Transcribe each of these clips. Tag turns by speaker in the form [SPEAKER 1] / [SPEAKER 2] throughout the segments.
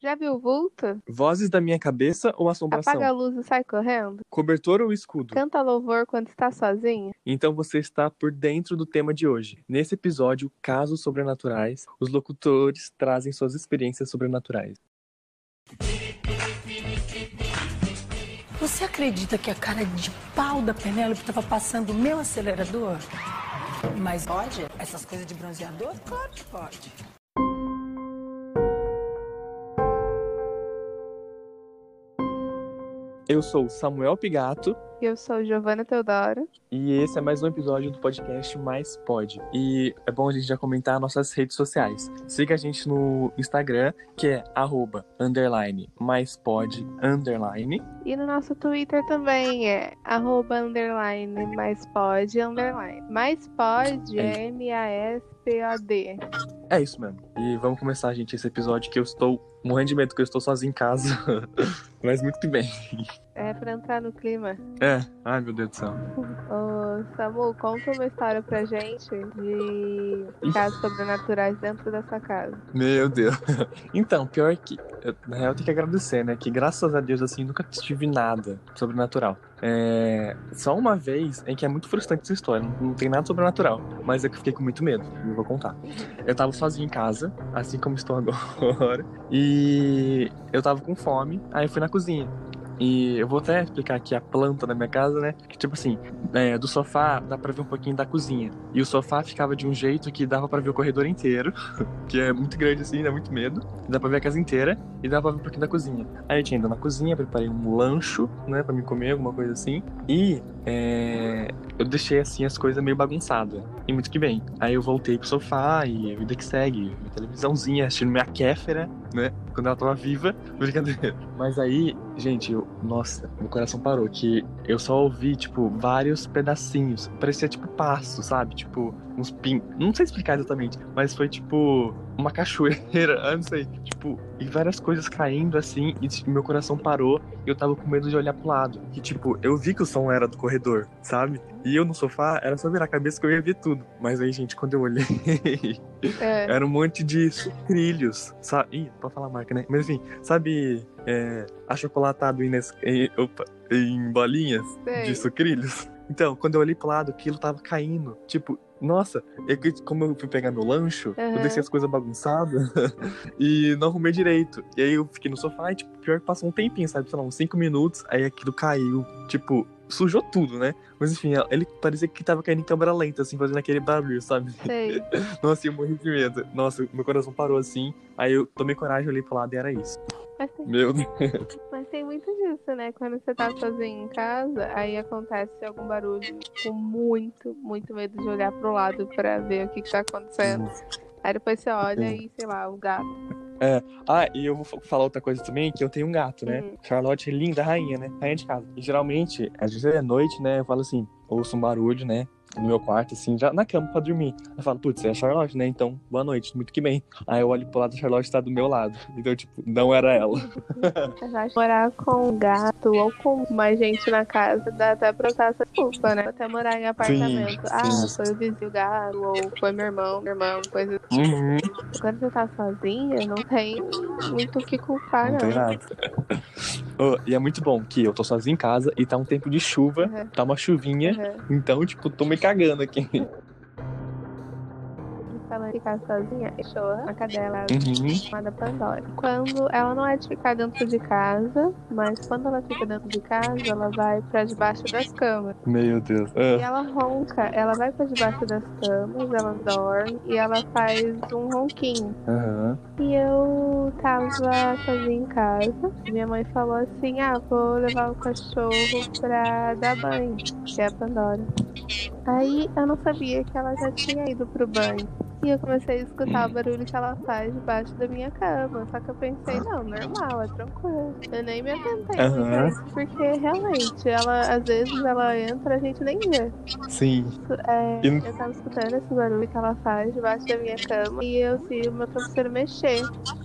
[SPEAKER 1] Já viu o vulto?
[SPEAKER 2] Vozes da minha cabeça ou assombração?
[SPEAKER 1] Apaga a luz e sai correndo?
[SPEAKER 2] Cobertor ou escudo?
[SPEAKER 1] Canta louvor quando está sozinha?
[SPEAKER 2] Então você está por dentro do tema de hoje. Nesse episódio, Casos Sobrenaturais, os locutores trazem suas experiências sobrenaturais.
[SPEAKER 3] Você acredita que a cara de pau da Penélope estava passando o meu acelerador? Mas pode? Essas coisas de bronzeador? Claro que pode.
[SPEAKER 2] Eu sou Samuel Pigato
[SPEAKER 1] Eu sou Giovana Teodoro.
[SPEAKER 2] e esse é mais um episódio do podcast Mais Pode. E é bom a gente já comentar nossas redes sociais. Siga a gente no Instagram, que é arroba, underline, mais pode, underline.
[SPEAKER 1] E no nosso Twitter também é arroba underline mais pod underline. Mais pod é M-A-S-P-O-D.
[SPEAKER 2] É isso mesmo. E vamos começar, gente, esse episódio que eu estou morrendo de medo, que eu estou sozinho em casa. Mas muito que bem.
[SPEAKER 1] É pra entrar no clima.
[SPEAKER 2] É, ai meu Deus do céu.
[SPEAKER 1] Ô, Samu, conta uma história pra gente de casos sobrenaturais dentro da sua casa.
[SPEAKER 2] Meu Deus. Então, pior que. eu- Na real, eu tenho que agradecer, né? Que graças a Deus, assim, nunca tive nada sobrenatural. É. Só uma vez em que é muito frustrante essa história, não, não tem nada sobrenatural. Mas é que eu fiquei com muito medo, e eu vou contar. Eu tava sozinho em casa, assim como estou agora, e eu tava com fome, aí eu fui na cozinha. E eu vou até explicar aqui a planta da minha casa, né? Que tipo assim, é, do sofá dá pra ver um pouquinho da cozinha. E o sofá ficava de um jeito que dava pra ver o corredor inteiro que é muito grande assim, dá muito medo. Dá pra ver a casa inteira e dá pra ver um pouquinho da cozinha. Aí eu tinha ido na cozinha, preparei um lancho, né, pra me comer, alguma coisa assim. E é, eu deixei assim as coisas meio bagunçadas. E muito que bem. Aí eu voltei pro sofá e a vida que segue. Minha televisãozinha, assistindo minha Kéfera, né, quando ela tava viva. Brincadeira. Mas aí, gente, eu, nossa, meu coração parou. Que eu só ouvi, tipo, vários pedacinhos. Parecia tipo passo, sabe? Tipo uns pin... Não sei explicar exatamente, mas foi tipo uma cachoeira, ah, não sei. Tipo, e várias coisas caindo assim, e tipo, meu coração parou e eu tava com medo de olhar pro lado. E tipo, eu vi que o som era do corredor, sabe? E eu no sofá, era só virar a cabeça que eu ia ver tudo. Mas aí, gente, quando eu olhei,
[SPEAKER 1] É,
[SPEAKER 2] era um monte de sucrilhos, sabe? Ih, pra falar a marca, né? Mas enfim, sabe é, achocolatado em, Nes- em, opa, em bolinhas? de
[SPEAKER 1] sei.
[SPEAKER 2] sucrilhos. Então, quando eu olhei pro lado, aquilo tava caindo. Tipo, nossa, eu que- como eu fui pegar meu lancho,
[SPEAKER 1] Aham.
[SPEAKER 2] eu deixei as coisas bagunçadas e não arrumei direito. E aí eu fiquei no sofá e, tipo, pior que passou um tempinho, sabe? Sei lá, uns 5 minutos, aí aquilo caiu. Tipo, sujou tudo, né? Mas enfim, ele parecia que tava caindo em câmera lenta, assim, fazendo aquele barulho, sabe?
[SPEAKER 1] sei.
[SPEAKER 2] Nossa, eu morri de medo. Nossa, meu coração parou assim. Aí eu tomei coragem, olhei pro lado e era isso.
[SPEAKER 1] Mas tem
[SPEAKER 2] Meu Deus.
[SPEAKER 1] Mas tem muito disso, né? Quando você tá sozinho em casa, aí acontece algum barulho com muito, muito medo de olhar pro lado pra ver o que, que tá acontecendo.
[SPEAKER 2] Uhum.
[SPEAKER 1] Aí depois você olha e, sei lá, o gato.
[SPEAKER 2] Ah, e eu vou fa- falar outra coisa também, que eu tenho um gato, né?
[SPEAKER 1] Hum.
[SPEAKER 2] Charlotte, linda rainha, né? Rainha de casa. E geralmente, às vezes é noite, né? Eu falo assim, ouço um barulho, né? No meu quarto, assim, já na cama pra dormir. Eu falo, putz, é a Charlotte, né? Então, boa noite, muito que bem. Aí eu olho pro lado, a Charlotte tá do meu lado. Então, tipo, não era ela.
[SPEAKER 1] Mas acho que morar com um gato ou com mais gente na casa dá até pra usar essa desculpa, né? Até morar em apartamento. ah,
[SPEAKER 2] sim.
[SPEAKER 1] foi o vizinho gato, ou foi meu irmão, minha irmã, coisa assim.
[SPEAKER 2] Uhum.
[SPEAKER 1] Quando você tá sozinha, não tem muito o que culpar,
[SPEAKER 2] Não
[SPEAKER 1] não.
[SPEAKER 2] tem nada. Oh, e é muito bom que eu tô sozinho em casa e tá um tempo de chuva,
[SPEAKER 1] Uhum.
[SPEAKER 2] tá uma chuvinha.
[SPEAKER 1] Uhum.
[SPEAKER 2] Então, tipo, tô me cagando aqui.
[SPEAKER 1] Falando de ficar sozinha, fechou a cadela
[SPEAKER 2] Uhum.
[SPEAKER 1] chamada Pandora. Quando ela não é de ficar dentro de casa, mas quando ela fica dentro de casa, ela vai pra debaixo das camas.
[SPEAKER 2] Meu Deus.
[SPEAKER 1] E
[SPEAKER 2] Ah.
[SPEAKER 1] ela ronca, ela vai pra debaixo das camas, ela dorme e ela faz um ronquinho.
[SPEAKER 2] Aham.
[SPEAKER 1] E eu tava sozinha em casa. Minha mãe falou assim: ah, vou levar o cachorro pra dar banho, que é a Pandora. Aí eu não sabia que ela já tinha ido pro banho. E eu comecei a escutar o barulho que ela faz debaixo da minha cama. Só que eu pensei, não, normal, é tranquilo. Eu nem me atentei muito
[SPEAKER 2] Aham.
[SPEAKER 1] a isso, porque realmente, ela, às vezes ela entra e a gente nem vê.
[SPEAKER 2] Sim.
[SPEAKER 1] É,
[SPEAKER 2] E-
[SPEAKER 1] eu tava escutando esse barulho que ela faz debaixo da minha cama e eu vi o meu professor mexer.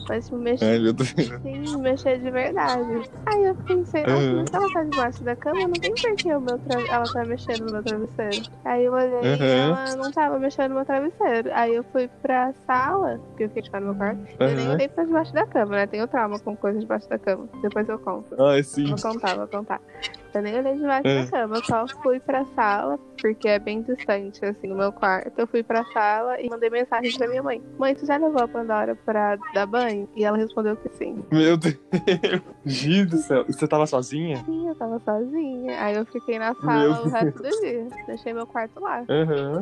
[SPEAKER 1] Mas tipo, mexer
[SPEAKER 2] Ai, meu Deus.
[SPEAKER 1] assim, mexer de verdade. Aí eu pensei, nossa,
[SPEAKER 2] Aham.
[SPEAKER 1] mas se ela tá debaixo da cama, não tem por que o meu tra... ela tá mexendo no meu travesseiro. Aí eu olhei
[SPEAKER 2] Aham.
[SPEAKER 1] e ela não tava mexendo no meu travesseiro. Aí eu fui pra sala, porque eu fiquei ficar no meu quarto, eu nem
[SPEAKER 2] Aham.
[SPEAKER 1] olhei pra debaixo da cama, né? Tenho trauma com coisas debaixo da cama. Depois eu conto.
[SPEAKER 2] Ah, sim.
[SPEAKER 1] Vou contar, vou contar. Eu nem olhei debaixo
[SPEAKER 2] É.
[SPEAKER 1] da cama, eu só fui pra sala, porque é bem distante, assim, o meu quarto. Eu fui pra sala e mandei mensagem pra minha mãe. Mãe, tu já levou a Pandora pra dar banho? E ela respondeu que sim.
[SPEAKER 2] Meu Deus. Gi do céu. Você tava sozinha?
[SPEAKER 1] Sim, eu tava sozinha. Aí eu fiquei na sala
[SPEAKER 2] Meu
[SPEAKER 1] o resto do dia. Deixei meu quarto lá.
[SPEAKER 2] Aham.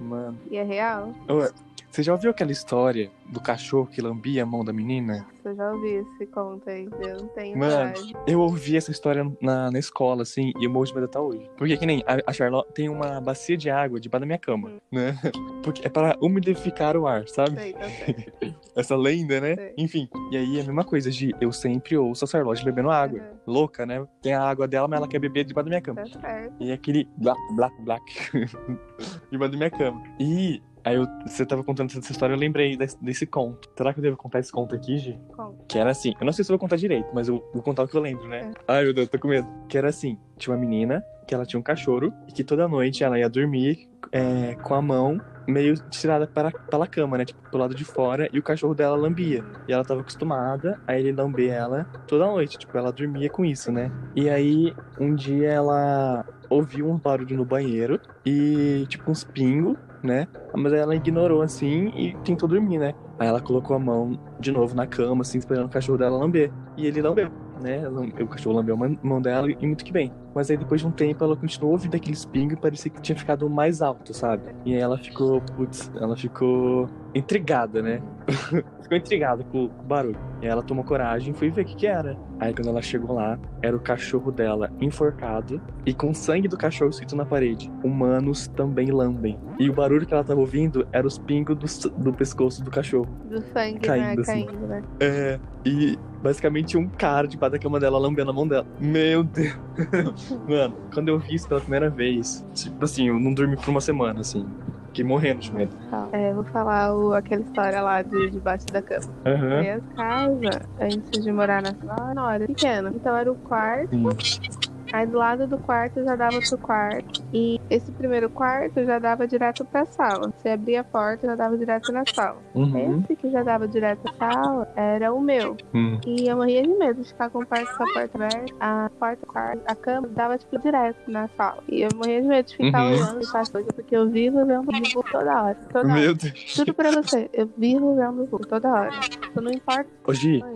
[SPEAKER 2] Mano.
[SPEAKER 1] E é real?
[SPEAKER 2] Ué, Você já ouviu aquela história do cachorro que lambia a mão da menina?
[SPEAKER 1] Nossa, eu já ouvi esse conto aí. Eu não tenho
[SPEAKER 2] Mano.
[SPEAKER 1] coragem.
[SPEAKER 2] Eu ouvi essa história na, na escola, assim, e eu morro de medo até hoje. Porque que nem a, a Charlotte tem uma bacia de água debaixo da minha cama, né? Porque é para umidificar o ar, sabe?
[SPEAKER 1] Sei, tá certo.
[SPEAKER 2] Essa lenda, né?
[SPEAKER 1] Sei.
[SPEAKER 2] Enfim, e aí é a mesma coisa, de eu sempre ouço a Charlotte bebendo água.
[SPEAKER 1] Uhum,
[SPEAKER 2] Louca, né? Tem a água dela, mas ela quer beber debaixo da minha cama.
[SPEAKER 1] Tá certo.
[SPEAKER 2] E aquele black, black, black debaixo da minha cama. E aí eu- você tava contando essa história, eu lembrei desse, desse conto. Será que eu devo contar esse conto aqui, Gi?
[SPEAKER 1] Conta.
[SPEAKER 2] Que era assim, eu não sei se eu vou contar direito, mas eu vou contar o que eu lembro, né? Ai, meu Deus, tô com medo. Que era assim, tinha uma menina que ela tinha um cachorro e que toda noite ela ia dormir é, com a mão meio tirada para, pela cama, né? Tipo, pro lado de fora e o cachorro dela lambia. E ela tava acostumada a ele lamber ela toda noite, tipo, ela dormia com isso, né? E aí, um dia ela ouviu um barulho no banheiro e, tipo, uns pingos, né? Mas ela ignorou, assim, e tentou dormir, né? Aí ela colocou a mão de novo na cama, assim, esperando o cachorro dela lamber. E ele lambeu, né? Ela- O cachorro lambeu a man- mão dela e muito que bem. Mas aí depois de um tempo ela continuou ouvindo aqueles pingos e parecia que tinha ficado mais alto, sabe? E aí ela ficou, putz, ela ficou intrigada, né? ficou intrigada com o barulho. E aí ela tomou coragem e foi ver o que que era. Aí quando ela chegou lá, era o cachorro dela enforcado e com o sangue do cachorro escrito na parede. Humanos também lambem. E o barulho que ela tava ouvindo era os pingos do s- do pescoço do cachorro.
[SPEAKER 1] Do sangue, né?
[SPEAKER 2] Caindo, assim.
[SPEAKER 1] Caindo, né?
[SPEAKER 2] É, e basicamente um cara debaixo da cama dela lambendo a mão dela. Meu Deus. Mano, quando eu vi isso pela primeira vez, tipo assim, eu não dormi por uma semana, assim. Fiquei morrendo de medo.
[SPEAKER 1] É, vou falar o, aquela história lá de debaixo da cama.
[SPEAKER 2] Aham.
[SPEAKER 1] Minha casa, antes de morar na sala, não, era pequena. Então era o quarto. Aí do lado do quarto já dava pro quarto. E esse primeiro quarto já dava direto pra sala. Você abria a porta já dava direto na sala.
[SPEAKER 2] Uhum.
[SPEAKER 1] Esse que já dava direto pra sala era o meu.
[SPEAKER 2] Hum.
[SPEAKER 1] E eu morria de medo de ficar com, o quarto, com a porta aberta. A porta, do quarto, a cama dava, tipo, direto na sala. E eu morria de medo de ficar
[SPEAKER 2] Uhum.
[SPEAKER 1] olhando essas coisas, porque eu vivo vendo o Google toda hora. Toda hora.
[SPEAKER 2] Meu Deus.
[SPEAKER 1] Juro pra você, eu vivo vendo o Google toda hora. Então não importa.
[SPEAKER 2] Ô, Gi,
[SPEAKER 1] Ai,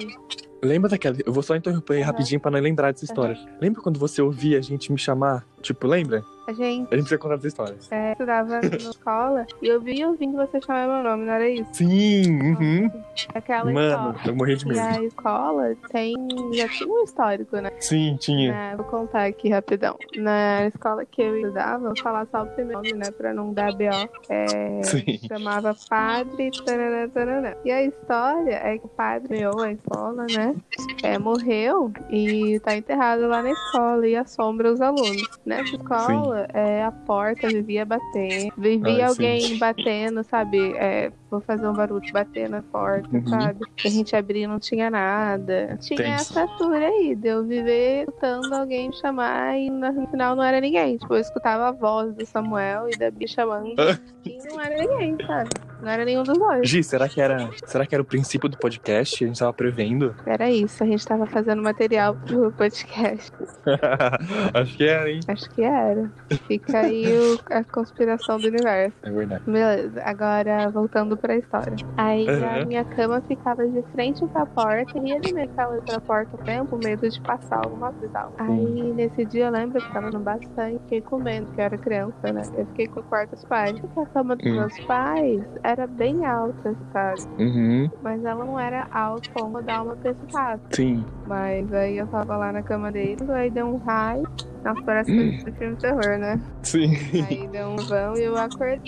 [SPEAKER 2] lembra daquela. Eu vou só interromper
[SPEAKER 1] Aham.
[SPEAKER 2] rapidinho pra não lembrar dessa história. Lembra quando você ouvia a gente me chamar? Tipo, lembra?
[SPEAKER 1] A gente
[SPEAKER 2] A gente precisa contar essa história.
[SPEAKER 1] é, estudava na escola e eu via ouvindo você chamar meu nome, não era isso?
[SPEAKER 2] Sim, uhum.
[SPEAKER 1] Aquela
[SPEAKER 2] Mano, eu morri de
[SPEAKER 1] escola. E
[SPEAKER 2] medo.
[SPEAKER 1] a escola tem. Já tinha um histórico, né?
[SPEAKER 2] Sim, tinha.
[SPEAKER 1] Na- vou contar aqui rapidão. Na escola que eu estudava, vou falar só o primeiro nome, né? Pra não dar B.O. É,
[SPEAKER 2] Sim.
[SPEAKER 1] chamava Padre taranã, taranã. E a história é que o padre meu, a escola, né? É, morreu e tá enterrado lá na escola e assombra os alunos. Nessa escola, é, a porta vivia batendo,
[SPEAKER 2] Ai, sim.
[SPEAKER 1] vivia alguém batendo, sabe? É, vou fazer um barulho, bater na porta,
[SPEAKER 2] Uhum.
[SPEAKER 1] sabe? A gente abria e não tinha nada. Tinha
[SPEAKER 2] Tenso.
[SPEAKER 1] essa altura aí, de eu viver escutando alguém me chamar e no final não era ninguém. Tipo, eu escutava a voz do Samuel e da Bia chamando e não era ninguém, sabe? Não era nenhum dos dois.
[SPEAKER 2] Gi, será que era. Será que era o princípio do podcast? A gente tava prevendo?
[SPEAKER 1] Era isso, a gente tava fazendo material pro podcast.
[SPEAKER 2] Acho que era, hein?
[SPEAKER 1] Acho que era. Fica aí o- a conspiração do universo.
[SPEAKER 2] É verdade.
[SPEAKER 1] Beleza, agora voltando pra história. Aí a
[SPEAKER 2] Uhum.
[SPEAKER 1] minha cama ficava de frente pra porta e ele me ficava pra porta o tempo, medo de passar alguma coisa e tal. Aí nesse dia eu lembro, eu ficava no bastante, fiquei com medo, que eu era criança, né? Eu fiquei com o quarto dos pais. Porque a cama dos
[SPEAKER 2] Hum.
[SPEAKER 1] meus pais era bem alta, sabe?
[SPEAKER 2] Uhum.
[SPEAKER 1] Mas ela não era alta como dar uma pescada.
[SPEAKER 2] Sim.
[SPEAKER 1] Mas aí eu tava lá na cama dele, aí deu um raio. Nossa, parece coisa do filme de terror, né?
[SPEAKER 2] Sim.
[SPEAKER 1] Aí deu um vão e eu acordei.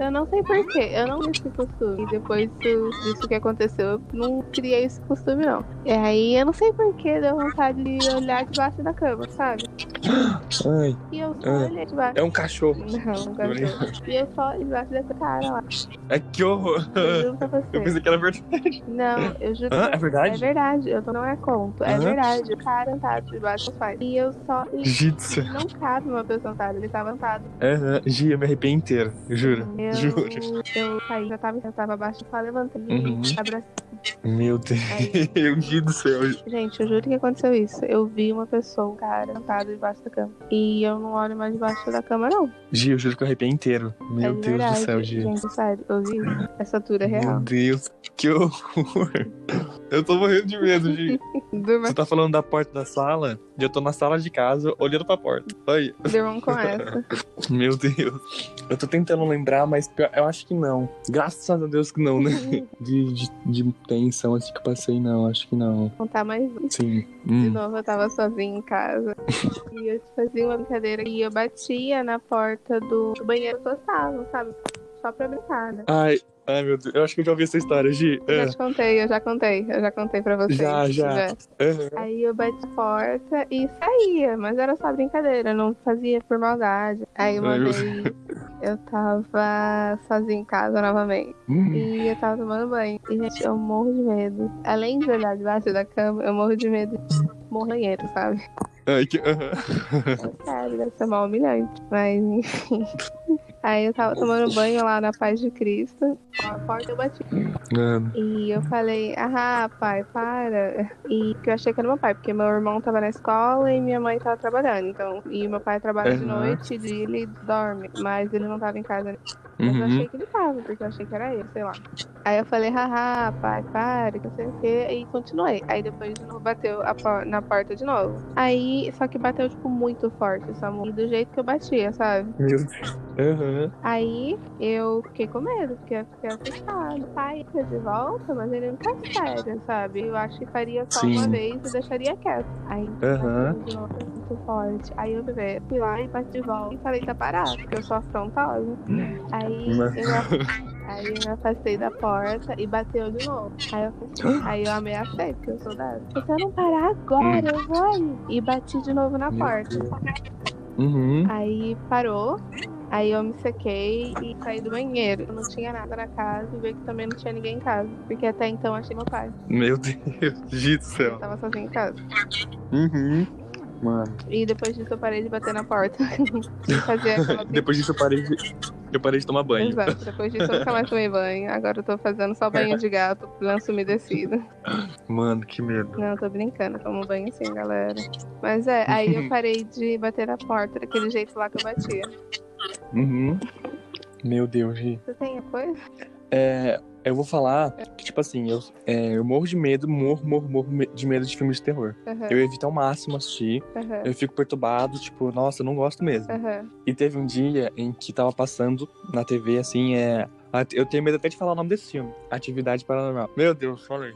[SPEAKER 1] Eu não sei porquê, eu não tive esse costume. E depois do- disso que aconteceu, eu não criei esse costume, não. E aí eu não sei porquê, deu vontade de olhar debaixo da cama, sabe?
[SPEAKER 2] Ai,
[SPEAKER 1] E eu só
[SPEAKER 2] Ah.
[SPEAKER 1] olhei debaixo.
[SPEAKER 2] é um cachorro.
[SPEAKER 1] Não, garoto. E eu só olhei debaixo dessa cara lá.
[SPEAKER 2] Ai, É que horror.
[SPEAKER 1] Eu juro pra
[SPEAKER 2] Eu
[SPEAKER 1] você.
[SPEAKER 2] pensei que era verdade.
[SPEAKER 1] Não, eu juro.
[SPEAKER 2] Hã?
[SPEAKER 1] pra-
[SPEAKER 2] É verdade?
[SPEAKER 1] É verdade, eu tô- não é conto. É
[SPEAKER 2] Hã?
[SPEAKER 1] verdade. O cara sentado debaixo do sofá. E eu só.
[SPEAKER 2] Jitsu.
[SPEAKER 1] Não cabe uma pessoa sentada, ele tava sentado.
[SPEAKER 2] Aham, Gi, eu me arrepiei inteiro. Juro.
[SPEAKER 1] Eu,
[SPEAKER 2] Juro.
[SPEAKER 1] eu saí, já tava, já tava abaixo do sofá, levantei.
[SPEAKER 2] Uhum.
[SPEAKER 1] abracei.
[SPEAKER 2] Meu Deus Gi do céu.
[SPEAKER 1] Gente, eu juro que aconteceu isso. Eu vi uma pessoa, um cara, sentado debaixo da cama. E eu não olho mais debaixo da cama, não.
[SPEAKER 2] Gi, eu juro que eu arrepiei inteiro.
[SPEAKER 1] É
[SPEAKER 2] Meu
[SPEAKER 1] de
[SPEAKER 2] Deus do
[SPEAKER 1] verdade.
[SPEAKER 2] céu, Gi.
[SPEAKER 1] Gente, sério, eu vi essa altura
[SPEAKER 2] Meu
[SPEAKER 1] real.
[SPEAKER 2] Deus, que horror. Eu tô morrendo de medo, Gi.
[SPEAKER 1] Durma,
[SPEAKER 2] Você tá falando da porta da sala e eu tô na sala de casa olhando pra porta. Olha.
[SPEAKER 1] durmam com essa.
[SPEAKER 2] Meu Deus. Eu tô tentando lembrar, mas pior- eu acho que não. Graças a Deus que não, né? De, de, de tensão assim que eu passei, não. Acho que não.
[SPEAKER 1] Contar mais um.
[SPEAKER 2] Sim.
[SPEAKER 1] De
[SPEAKER 2] Hum.
[SPEAKER 1] novo, eu tava sozinha em casa. e eu tipo, fazia uma brincadeira e eu batia na porta do banheiro do sala, sabe? Só pra brincar, né?
[SPEAKER 2] Ai, ai, meu Deus. Eu acho que eu já ouvi essa história, Gi.
[SPEAKER 1] Eu
[SPEAKER 2] Ah,
[SPEAKER 1] já te contei, eu já contei, eu já contei pra vocês.
[SPEAKER 2] Já, já. aham.
[SPEAKER 1] Aí eu bati a porta e saía, mas era só brincadeira, eu não fazia por maldade. Aí uma
[SPEAKER 2] Ai, meu
[SPEAKER 1] vez eu tava sozinha em casa novamente.
[SPEAKER 2] Hum.
[SPEAKER 1] E eu tava tomando banho. E, gente, eu morro de medo. Além de olhar debaixo da cama, eu morro de medo de morrer banheiro, sabe?
[SPEAKER 2] Ai, que. aham.
[SPEAKER 1] É Sério, deve ser mal humilhante. Mas, enfim. Aí eu tava tomando banho lá na paz de Cristo. A porta eu bati.
[SPEAKER 2] Mano.
[SPEAKER 1] E eu falei, ah, pai, para. E que eu achei que era meu pai, porque meu irmão tava na escola e minha mãe tava trabalhando. Então, e meu pai trabalha de
[SPEAKER 2] Aham.
[SPEAKER 1] noite e de dia ele dorme. Mas ele não tava em casa mas eu
[SPEAKER 2] Uhum.
[SPEAKER 1] achei que ele tava, porque eu achei que era ele, sei lá. Aí eu falei, haha, pai, para, que não sei o quê, e continuei. Aí depois de novo bateu a por- na porta de novo. Aí, só que bateu, tipo, muito forte, Samu. E do jeito que eu batia, sabe?
[SPEAKER 2] Meu Deus. Aham.
[SPEAKER 1] Aí eu fiquei com medo, porque eu fiquei assustada. Pai, tá de volta, mas ele não tá sério, sabe? Eu acho que faria só uma
[SPEAKER 2] Sim.
[SPEAKER 1] vez e deixaria quieto. Aí
[SPEAKER 2] Aham.
[SPEAKER 1] bateu de novo, muito forte. Aí eu bebê, fui lá e bati de volta e falei, tá parado, porque eu sou afrontosa. Aí eu,
[SPEAKER 2] Hum. Mas-
[SPEAKER 1] aí eu me afastei da porta e bateu de novo. Aí eu, aí eu ameacei, porque eu sou dessa. Se você não parar agora, eu vou aí. E bati de novo na
[SPEAKER 2] Hum. Meu
[SPEAKER 1] porta.
[SPEAKER 2] Uhum.
[SPEAKER 1] Aí parou. Aí eu me sequei e saí do banheiro. Eu não tinha nada na casa e vi que também não tinha ninguém em casa. Porque até então eu achei meu pai.
[SPEAKER 2] Meu Deus. Gi
[SPEAKER 1] Eu
[SPEAKER 2] do céu.
[SPEAKER 1] tava sozinha em casa.
[SPEAKER 2] Uhum. Mano.
[SPEAKER 1] E depois disso eu parei de bater na porta. e fazer aquela
[SPEAKER 2] Depois disso eu parei de. Eu parei de tomar banho.
[SPEAKER 1] Exato. Depois disso eu nunca mais tomei banho. Agora eu tô fazendo só banho de gato, lanço umedecido.
[SPEAKER 2] Mano, que medo.
[SPEAKER 1] Não, eu tô brincando, eu tomo banho sim, galera. Mas é, aí eu parei de bater na porta daquele jeito lá que eu batia.
[SPEAKER 2] Uhum. Meu Deus, Gi.
[SPEAKER 1] Você tem coisa?
[SPEAKER 2] É, eu vou falar que, tipo assim, eu, é, eu morro de medo, morro, morro, morro me- de medo de filmes de terror.
[SPEAKER 1] Aham,
[SPEAKER 2] Eu evito ao máximo assistir,
[SPEAKER 1] aham,
[SPEAKER 2] eu fico perturbado, tipo, nossa, eu não gosto mesmo.
[SPEAKER 1] aham.
[SPEAKER 2] E teve um dia em que tava passando na TV, assim, é. a- Eu tenho medo até de falar o nome desse filme. Atividade Paranormal. Meu Deus, falei.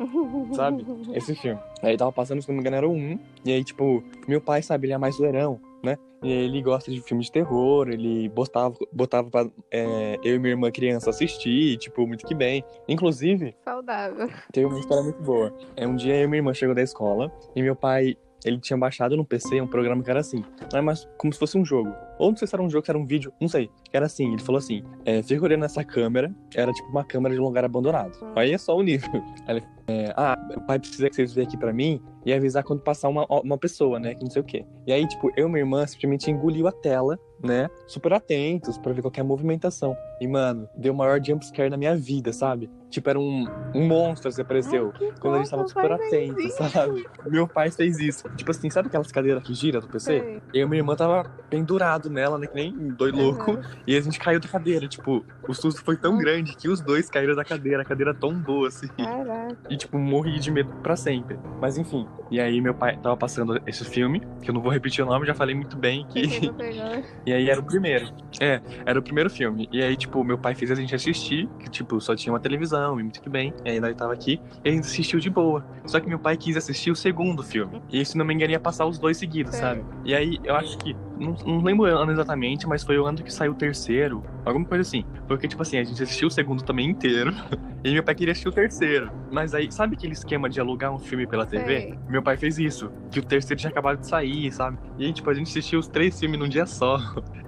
[SPEAKER 2] Sabe? Esse filme. Aí tava passando, se não me engano, era o um. E aí, tipo, meu pai, sabe, ele é mais zoeirão, né? E aí ele gosta de filme de terror, ele botava, botava pra é, eu e minha irmã criança assistir, tipo, muito que bem. Inclusive,
[SPEAKER 1] Saudável.
[SPEAKER 2] Teve uma história muito boa. É um dia eu e minha irmã chegou da escola e meu pai, ele tinha baixado no PC um programa que era assim, né, mas como se fosse um jogo. Ou não sei se era um jogo, se era um vídeo, não sei. Era assim, ele falou assim, é, fica olhando essa câmera, era tipo uma câmera de um lugar abandonado. Aí é só o nível. Aí ele, é, ah, o pai precisa que vocês venham aqui pra mim e avisar quando passar uma, uma pessoa, né, que não sei o quê. E aí, tipo, eu e minha irmã simplesmente engoliu a tela, né, super atentos pra ver qualquer movimentação. E, mano, deu o maior jumpscare da minha vida, sabe? Tipo, era um, um monstro que apareceu. Quando eles estavam super atentos, sabe? Meu pai fez isso. Tipo assim, sabe aquelas cadeiras que gira do PC? Eu e minha irmã tava pendurado nela, né? Que nem um doido louco. E a gente caiu da cadeira. Tipo, o susto foi tão grande que os dois caíram da cadeira. A cadeira tombou, assim.
[SPEAKER 1] Caraca.
[SPEAKER 2] E, tipo, morri de medo pra sempre. Mas enfim. E aí, meu pai tava passando esse filme, que eu não vou repetir o nome, já falei muito bem que.
[SPEAKER 1] Quem pegou?
[SPEAKER 2] E aí era o primeiro. É, era o primeiro filme. E aí, tipo, meu pai fez a gente assistir, que, tipo, só tinha uma televisão e muito que bem. E aí nós tava aqui e a gente assistiu de boa. Só que meu pai quis assistir o segundo filme. E se não me engano, ia passar os dois seguidos,
[SPEAKER 1] Sei.
[SPEAKER 2] sabe? E aí eu acho que Não, não lembro o ano exatamente, mas foi o ano que saiu o terceiro. Alguma coisa assim. Porque, tipo assim, a gente assistiu o segundo também inteiro. E meu pai queria assistir o terceiro. Mas aí, sabe aquele esquema de alugar um filme pela TV?
[SPEAKER 1] Sei.
[SPEAKER 2] Meu pai fez isso. Que o terceiro tinha acabado de sair, sabe? E, tipo, a gente assistiu os três filmes num dia só.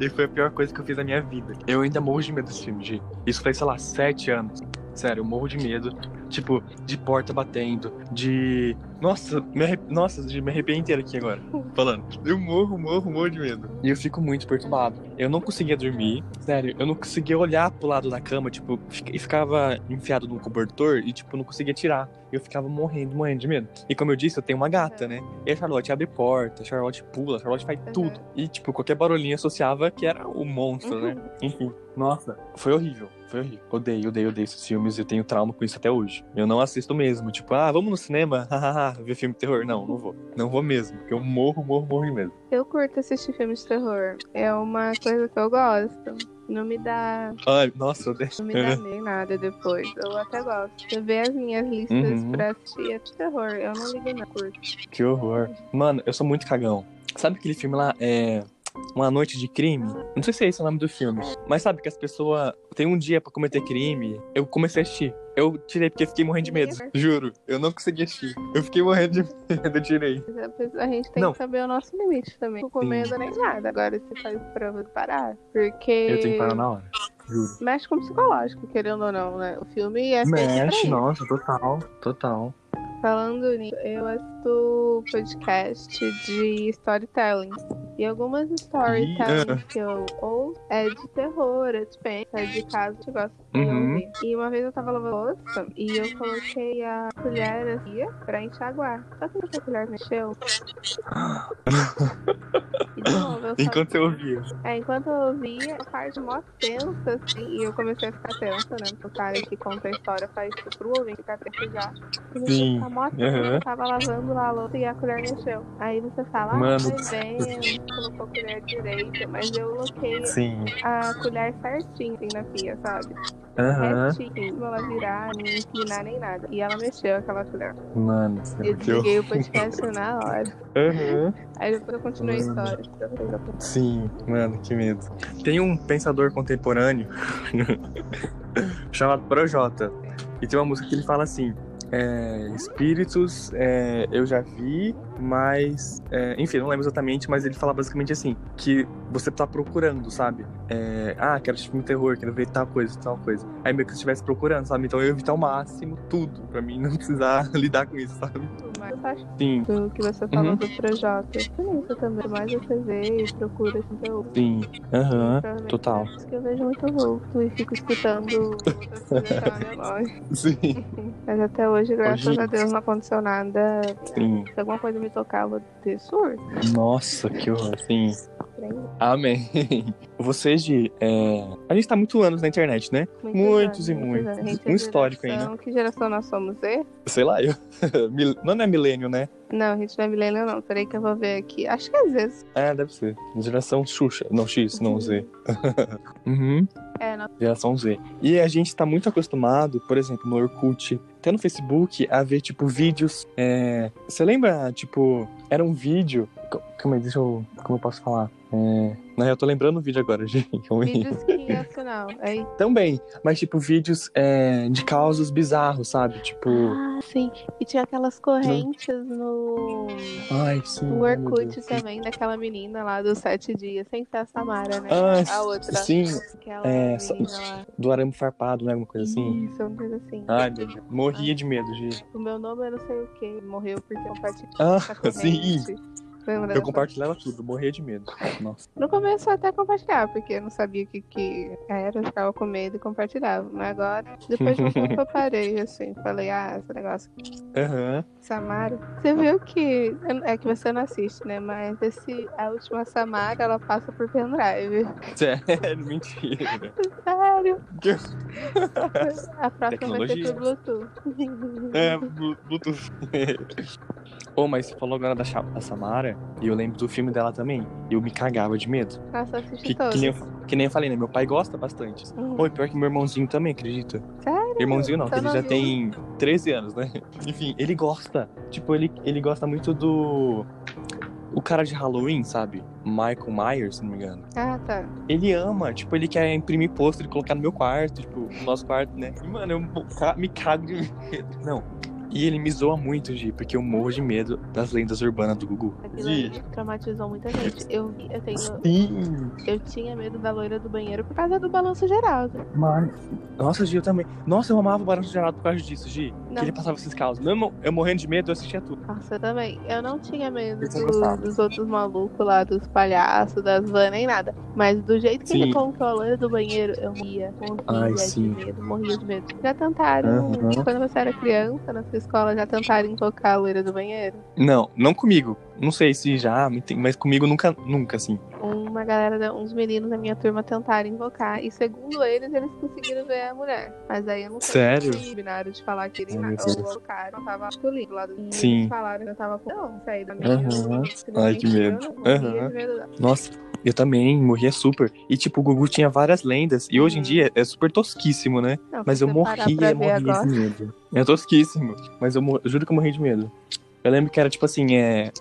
[SPEAKER 2] E foi a pior coisa que eu fiz na minha vida. Eu ainda morro de medo desse filme, Gi. Isso faz, sei lá, sete anos. Sério, eu morro de medo. Tipo, de porta batendo, de. Nossa, me arre... Nossa, Gi, me arrepiei inteiro aqui agora. Falando. Eu morro, morro, morro de medo. E eu fico muito perturbado. Eu não conseguia dormir. Sério, eu não conseguia olhar pro lado da cama, tipo, fi- e ficava enfiado no cobertor e, tipo, não conseguia tirar. Eu ficava morrendo, morrendo de medo. E como eu disse, eu tenho uma gata, né? E a Charlotte abre porta, a Charlotte pula, a Charlotte faz
[SPEAKER 1] Uhum.
[SPEAKER 2] tudo. E, tipo, qualquer barulhinho associava que era o monstro,
[SPEAKER 1] Uhum.
[SPEAKER 2] né? Enfim. Nossa, foi horrível. Foi horrível. Odeio, odeio, odeio esses filmes. Eu tenho trauma com isso até hoje. Eu não assisto mesmo. Tipo, ah, vamos no cinema? Hahaha, ver filme de terror. Não, não vou. Não vou mesmo. Porque eu morro, morro, morro de medo.
[SPEAKER 1] Eu curto assistir filmes de terror. É uma coisa que eu gosto. Não me dá,
[SPEAKER 2] Ai, nossa, eu odeio.
[SPEAKER 1] não me
[SPEAKER 2] Uhum.
[SPEAKER 1] dá nem nada depois. Eu até gosto. Eu vejo as minhas listas
[SPEAKER 2] Uhum.
[SPEAKER 1] pra assistir é de terror. Eu não ligo não, curto.
[SPEAKER 2] Que horror. Mano, eu sou muito cagão. Sabe aquele filme lá, é. Uma Noite de Crime? Não sei se é esse o nome do filme. Mas sabe que as pessoas têm um dia pra cometer crime. Eu comecei a assistir. Eu tirei porque eu fiquei morrendo de medo. Juro, eu não consegui assistir. Eu fiquei morrendo de medo, eu tirei.
[SPEAKER 1] Mas a pessoa- A gente tem
[SPEAKER 2] Não.
[SPEAKER 1] que saber o nosso limite também. Não com
[SPEAKER 2] Sim.
[SPEAKER 1] medo nem nada. Agora você faz prova de parar. Porque.
[SPEAKER 2] Eu tenho que parar na hora. Juro.
[SPEAKER 1] Mexe com o psicológico, querendo ou não, né? O filme é feito pra
[SPEAKER 2] Mexe,
[SPEAKER 1] isso.
[SPEAKER 2] nossa, total. Total.
[SPEAKER 1] Falando nisso, eu assisto podcast de storytelling. E algumas storytelling que eu ouço é de terror, é de pensa, é de caso que eu gosto de
[SPEAKER 2] Uhum.
[SPEAKER 1] ouvir. E uma vez eu tava lavando louça e eu coloquei a colher aqui pra enxaguar. Só que a colher mexeu. E de novo, eu só...
[SPEAKER 2] Enquanto eu ouvia.
[SPEAKER 1] é, enquanto eu ouvia, a parte mó tensa, assim, e eu comecei a ficar tensa, né? Porque o cara que conta a história faz isso pro ouvinte ficar tenso já. Comecei a
[SPEAKER 2] Sim.
[SPEAKER 1] ficar mó
[SPEAKER 2] Aham.
[SPEAKER 1] eu tava lavando lá a louça e a colher mexeu. Aí você fala,
[SPEAKER 2] Mano.
[SPEAKER 1] ah, foi bem, colocou a colher direita, mas eu coloquei
[SPEAKER 2] Sim.
[SPEAKER 1] a colher certinha assim, na pia, sabe?
[SPEAKER 2] Aham.
[SPEAKER 1] Certinho, não ela virar, nem inclinar, nem nada. E ela mexeu aquela colher.
[SPEAKER 2] Mano,
[SPEAKER 1] Eu
[SPEAKER 2] que horror. Uhum.
[SPEAKER 1] desliguei o podcast na hora.
[SPEAKER 2] Aham.
[SPEAKER 1] Aí depois eu continuei a
[SPEAKER 2] Mano.
[SPEAKER 1] história. Depois eu "Tá continuei.
[SPEAKER 2] Sim, mano, que medo. Tem um pensador contemporâneo chamado Projota. E tem uma música que ele fala assim: é, Espíritos é, eu já vi, mas. é, enfim, não lembro exatamente, mas ele fala basicamente assim: que você tá procurando, sabe? É, ah, quero assistir filme de terror, quero ver tal coisa, tal coisa. Aí meio que você estivesse procurando, sabe? Então eu ia evitar ao máximo tudo, pra mim não precisar lidar com isso, sabe?
[SPEAKER 1] Mas eu acho
[SPEAKER 2] Sim,
[SPEAKER 1] do que você falou
[SPEAKER 2] Uhum.
[SPEAKER 1] do Projota. Bonito também. Mais você vê e procura esse conteúdo.
[SPEAKER 2] sim. Aham.
[SPEAKER 1] Provavelmente
[SPEAKER 2] total.
[SPEAKER 1] é por isso que Eu vejo muito vulto e fico escutando outras coisas pela minha voz.
[SPEAKER 2] Sim.
[SPEAKER 1] Mas até hoje, graças
[SPEAKER 2] Hoje-
[SPEAKER 1] a Deus, não aconteceu nada.
[SPEAKER 2] Sim.
[SPEAKER 1] Se alguma coisa me tocava de surto,
[SPEAKER 2] Nossa, que horror. Sim.
[SPEAKER 1] pra mim,
[SPEAKER 2] Amém. Vocês de. é, A gente tá muito anos na internet, né?
[SPEAKER 1] muitos anos,
[SPEAKER 2] Muitos e
[SPEAKER 1] anos.
[SPEAKER 2] muitos.
[SPEAKER 1] A gente
[SPEAKER 2] Um histórico aí, né?
[SPEAKER 1] geração- Que geração nós somos, é?
[SPEAKER 2] Sei lá, eu. Mil- Não é milênio, né?
[SPEAKER 1] Não, a gente não é milênio, não. Peraí que eu vou ver aqui. Acho que às vezes.
[SPEAKER 2] É, deve ser. Geração Xuxa. Não, X, não Z. Uhum.
[SPEAKER 1] É, nós
[SPEAKER 2] Geração Z. E a gente tá muito acostumado, por exemplo, no Orkut, até no Facebook, a ver, tipo, vídeos. é, Você lembra, tipo, era um vídeo. Cal- Calma aí, deixa eu. Como eu posso falar? É... Na real, eu tô lembrando o vídeo agora, gente. Calma aí.
[SPEAKER 1] vídeos que é assim, nacional. Aí.
[SPEAKER 2] Também, mas tipo, vídeos é, de causos bizarros, sabe? Tipo.
[SPEAKER 1] Ah, sim. E tinha aquelas correntes no.
[SPEAKER 2] Ai, sim.
[SPEAKER 1] O
[SPEAKER 2] ai, meu
[SPEAKER 1] Orkut
[SPEAKER 2] Deus.
[SPEAKER 1] também, daquela menina lá dos sete dias, sem ser a Samara, né?
[SPEAKER 2] Ah,
[SPEAKER 1] a outra.
[SPEAKER 2] sim.
[SPEAKER 1] Aquela
[SPEAKER 2] É,
[SPEAKER 1] menina lá.
[SPEAKER 2] Do arame farpado, né? Alguma coisa assim.
[SPEAKER 1] Isso, uma coisa assim.
[SPEAKER 2] Ai, meu Deus. Morria de medo, de
[SPEAKER 1] O meu nome é não sei o que, morreu porque compartilhou.
[SPEAKER 2] Ah,
[SPEAKER 1] essa corrente.
[SPEAKER 2] sim.
[SPEAKER 1] Lembra dessa?
[SPEAKER 2] Eu compartilhava tudo, morria de medo. Nossa.
[SPEAKER 1] No começo eu até compartilhava, porque eu não sabia o que, que era, eu ficava com medo e compartilhava. Mas agora, depois de um tempo eu parei, assim, falei, ah, esse negócio aqui,
[SPEAKER 2] Aham.
[SPEAKER 1] Samara. Você viu que. É que você não assiste, né? Mas esse, a última Samara, ela passa por pendrive.
[SPEAKER 2] Sério, mentira.
[SPEAKER 1] Sério?
[SPEAKER 2] Que-
[SPEAKER 1] A próxima vai ser
[SPEAKER 2] Tecnologia.
[SPEAKER 1] por Bluetooth.
[SPEAKER 2] É, Blu- Bluetooth. Ô, mas você falou agora da, Cha- da Samara, e eu lembro do filme dela também. E eu me cagava de medo.
[SPEAKER 1] Nossa, eu assisti
[SPEAKER 2] Que, que
[SPEAKER 1] todos.
[SPEAKER 2] nem eu, que nem eu falei, né? Meu pai gosta bastante.
[SPEAKER 1] Hum.
[SPEAKER 2] Oi, pior que meu irmãozinho também, acredita?
[SPEAKER 1] Sério?
[SPEAKER 2] Irmãozinho não,
[SPEAKER 1] Tá
[SPEAKER 2] ele já
[SPEAKER 1] novinho.
[SPEAKER 2] tem 13 anos, né? Enfim, ele gosta. Tipo, ele, ele gosta muito do. o cara de Halloween, sabe? Michael Myers, se não me engano.
[SPEAKER 1] Ah, tá.
[SPEAKER 2] Ele ama, tipo, ele quer imprimir pôster e colocar no meu quarto, tipo, no nosso quarto, né? E, mano, eu mo- ca- me cago de medo. Não. E ele me zoa muito, Gi, porque eu morro de medo das lendas urbanas do Gugu.
[SPEAKER 1] Aquilo ali
[SPEAKER 2] Gi,
[SPEAKER 1] traumatizou muita gente. Eu, eu tenho.
[SPEAKER 2] sim!
[SPEAKER 1] Eu tinha medo da loira do banheiro por causa do balanço geral. né?
[SPEAKER 2] Mano. Nossa, Gi, eu também. Nossa, eu amava o Barão Geraldo por causa disso, Gi.
[SPEAKER 1] Não.
[SPEAKER 2] Que ele passava esses carros. Meu irmão, eu morrendo de medo, eu assistia tudo.
[SPEAKER 1] Nossa, eu também. Eu não tinha medo
[SPEAKER 2] Eu também
[SPEAKER 1] dos-
[SPEAKER 2] gostava.
[SPEAKER 1] dos outros malucos lá, dos palhaços, das vans, nem nada. Mas do jeito que
[SPEAKER 2] Sim.
[SPEAKER 1] ele contou a loira do banheiro, eu morria. Morria
[SPEAKER 2] Ai,
[SPEAKER 1] de
[SPEAKER 2] sim.
[SPEAKER 1] medo, morria de medo. Já tentaram, tipo,
[SPEAKER 2] Aham.
[SPEAKER 1] quando você era criança, na sua escola, já tentaram invocar a loira do banheiro?
[SPEAKER 2] Não, não comigo. Não sei se já, mas comigo nunca, nunca, assim.
[SPEAKER 1] Uma galera, da- uns meninos da minha turma tentaram invocar. E segundo eles, eles conseguiram ver a mulher. Mas aí eu não sei.
[SPEAKER 2] Sério?
[SPEAKER 1] Sim, Combinaram de falar que ele
[SPEAKER 2] Ai, meu
[SPEAKER 1] matou
[SPEAKER 2] Deus.
[SPEAKER 1] o cara. Eu tava masculino do lado de
[SPEAKER 2] Sim.
[SPEAKER 1] Eles falaram que eu tava com. Não, saí da minha.
[SPEAKER 2] Aham. Ai, que medo. Aham.
[SPEAKER 1] medo.
[SPEAKER 2] Nossa, eu também morria super. E, tipo, o Gugu tinha várias lendas. E hoje em
[SPEAKER 1] Uhum.
[SPEAKER 2] dia é super tosquíssimo, né?
[SPEAKER 1] Não,
[SPEAKER 2] Mas eu
[SPEAKER 1] se você parar pra
[SPEAKER 2] morria,
[SPEAKER 1] ver
[SPEAKER 2] morria
[SPEAKER 1] agora-
[SPEAKER 2] de medo. É tosquíssimo. Mas eu, mor- eu juro que eu morri de medo. Eu lembro que era, tipo assim, é...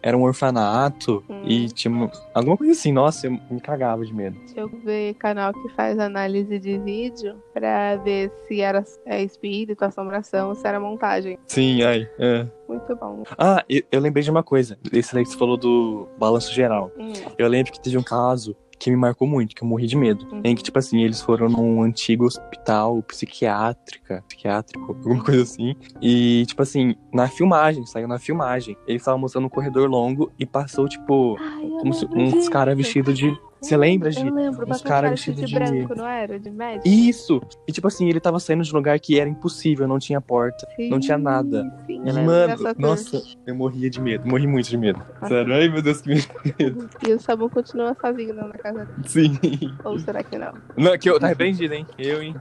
[SPEAKER 2] era um orfanato.
[SPEAKER 1] Hum.
[SPEAKER 2] E tinha uma- alguma coisa assim. Nossa, eu me cagava de medo.
[SPEAKER 1] Deixa eu ver canal que faz análise de vídeo pra ver se era é espírito, assombração, ou se era montagem.
[SPEAKER 2] Sim, ai. é.
[SPEAKER 1] Muito bom.
[SPEAKER 2] Ah, eu, eu lembrei de uma coisa. Esse daí que você falou do balanço geral.
[SPEAKER 1] Hum.
[SPEAKER 2] Eu lembro que teve um caso que me marcou muito, que eu morri de medo.
[SPEAKER 1] Uhum.
[SPEAKER 2] Em que, tipo assim, eles foram num antigo hospital psiquiátrica, psiquiátrico, alguma coisa assim. E, tipo assim, na filmagem, saiu na filmagem. Eles estavam mostrando um corredor longo e passou, tipo,
[SPEAKER 1] Ai, eu
[SPEAKER 2] como se,
[SPEAKER 1] lembro
[SPEAKER 2] uns
[SPEAKER 1] disso.
[SPEAKER 2] caras vestidos de. Você lembra,
[SPEAKER 1] Eu
[SPEAKER 2] Gi?
[SPEAKER 1] lembro,
[SPEAKER 2] Uns
[SPEAKER 1] mas
[SPEAKER 2] cara
[SPEAKER 1] cara
[SPEAKER 2] vestido
[SPEAKER 1] vestido de
[SPEAKER 2] de-
[SPEAKER 1] branco, não era? De médico?
[SPEAKER 2] Isso! E, tipo assim, ele tava saindo de um lugar que era impossível, não tinha porta. não tinha nada.
[SPEAKER 1] Sim, eu lembro
[SPEAKER 2] Mano,
[SPEAKER 1] dessa cor.
[SPEAKER 2] nossa, eu morria de medo, morri muito de medo. Sério, ai meu Deus, que medo.
[SPEAKER 1] E o Samu continua sozinho na casa dele.
[SPEAKER 2] Sim.
[SPEAKER 1] Ou será que não?
[SPEAKER 2] Não, que eu tá arrependido, hein? Eu, hein?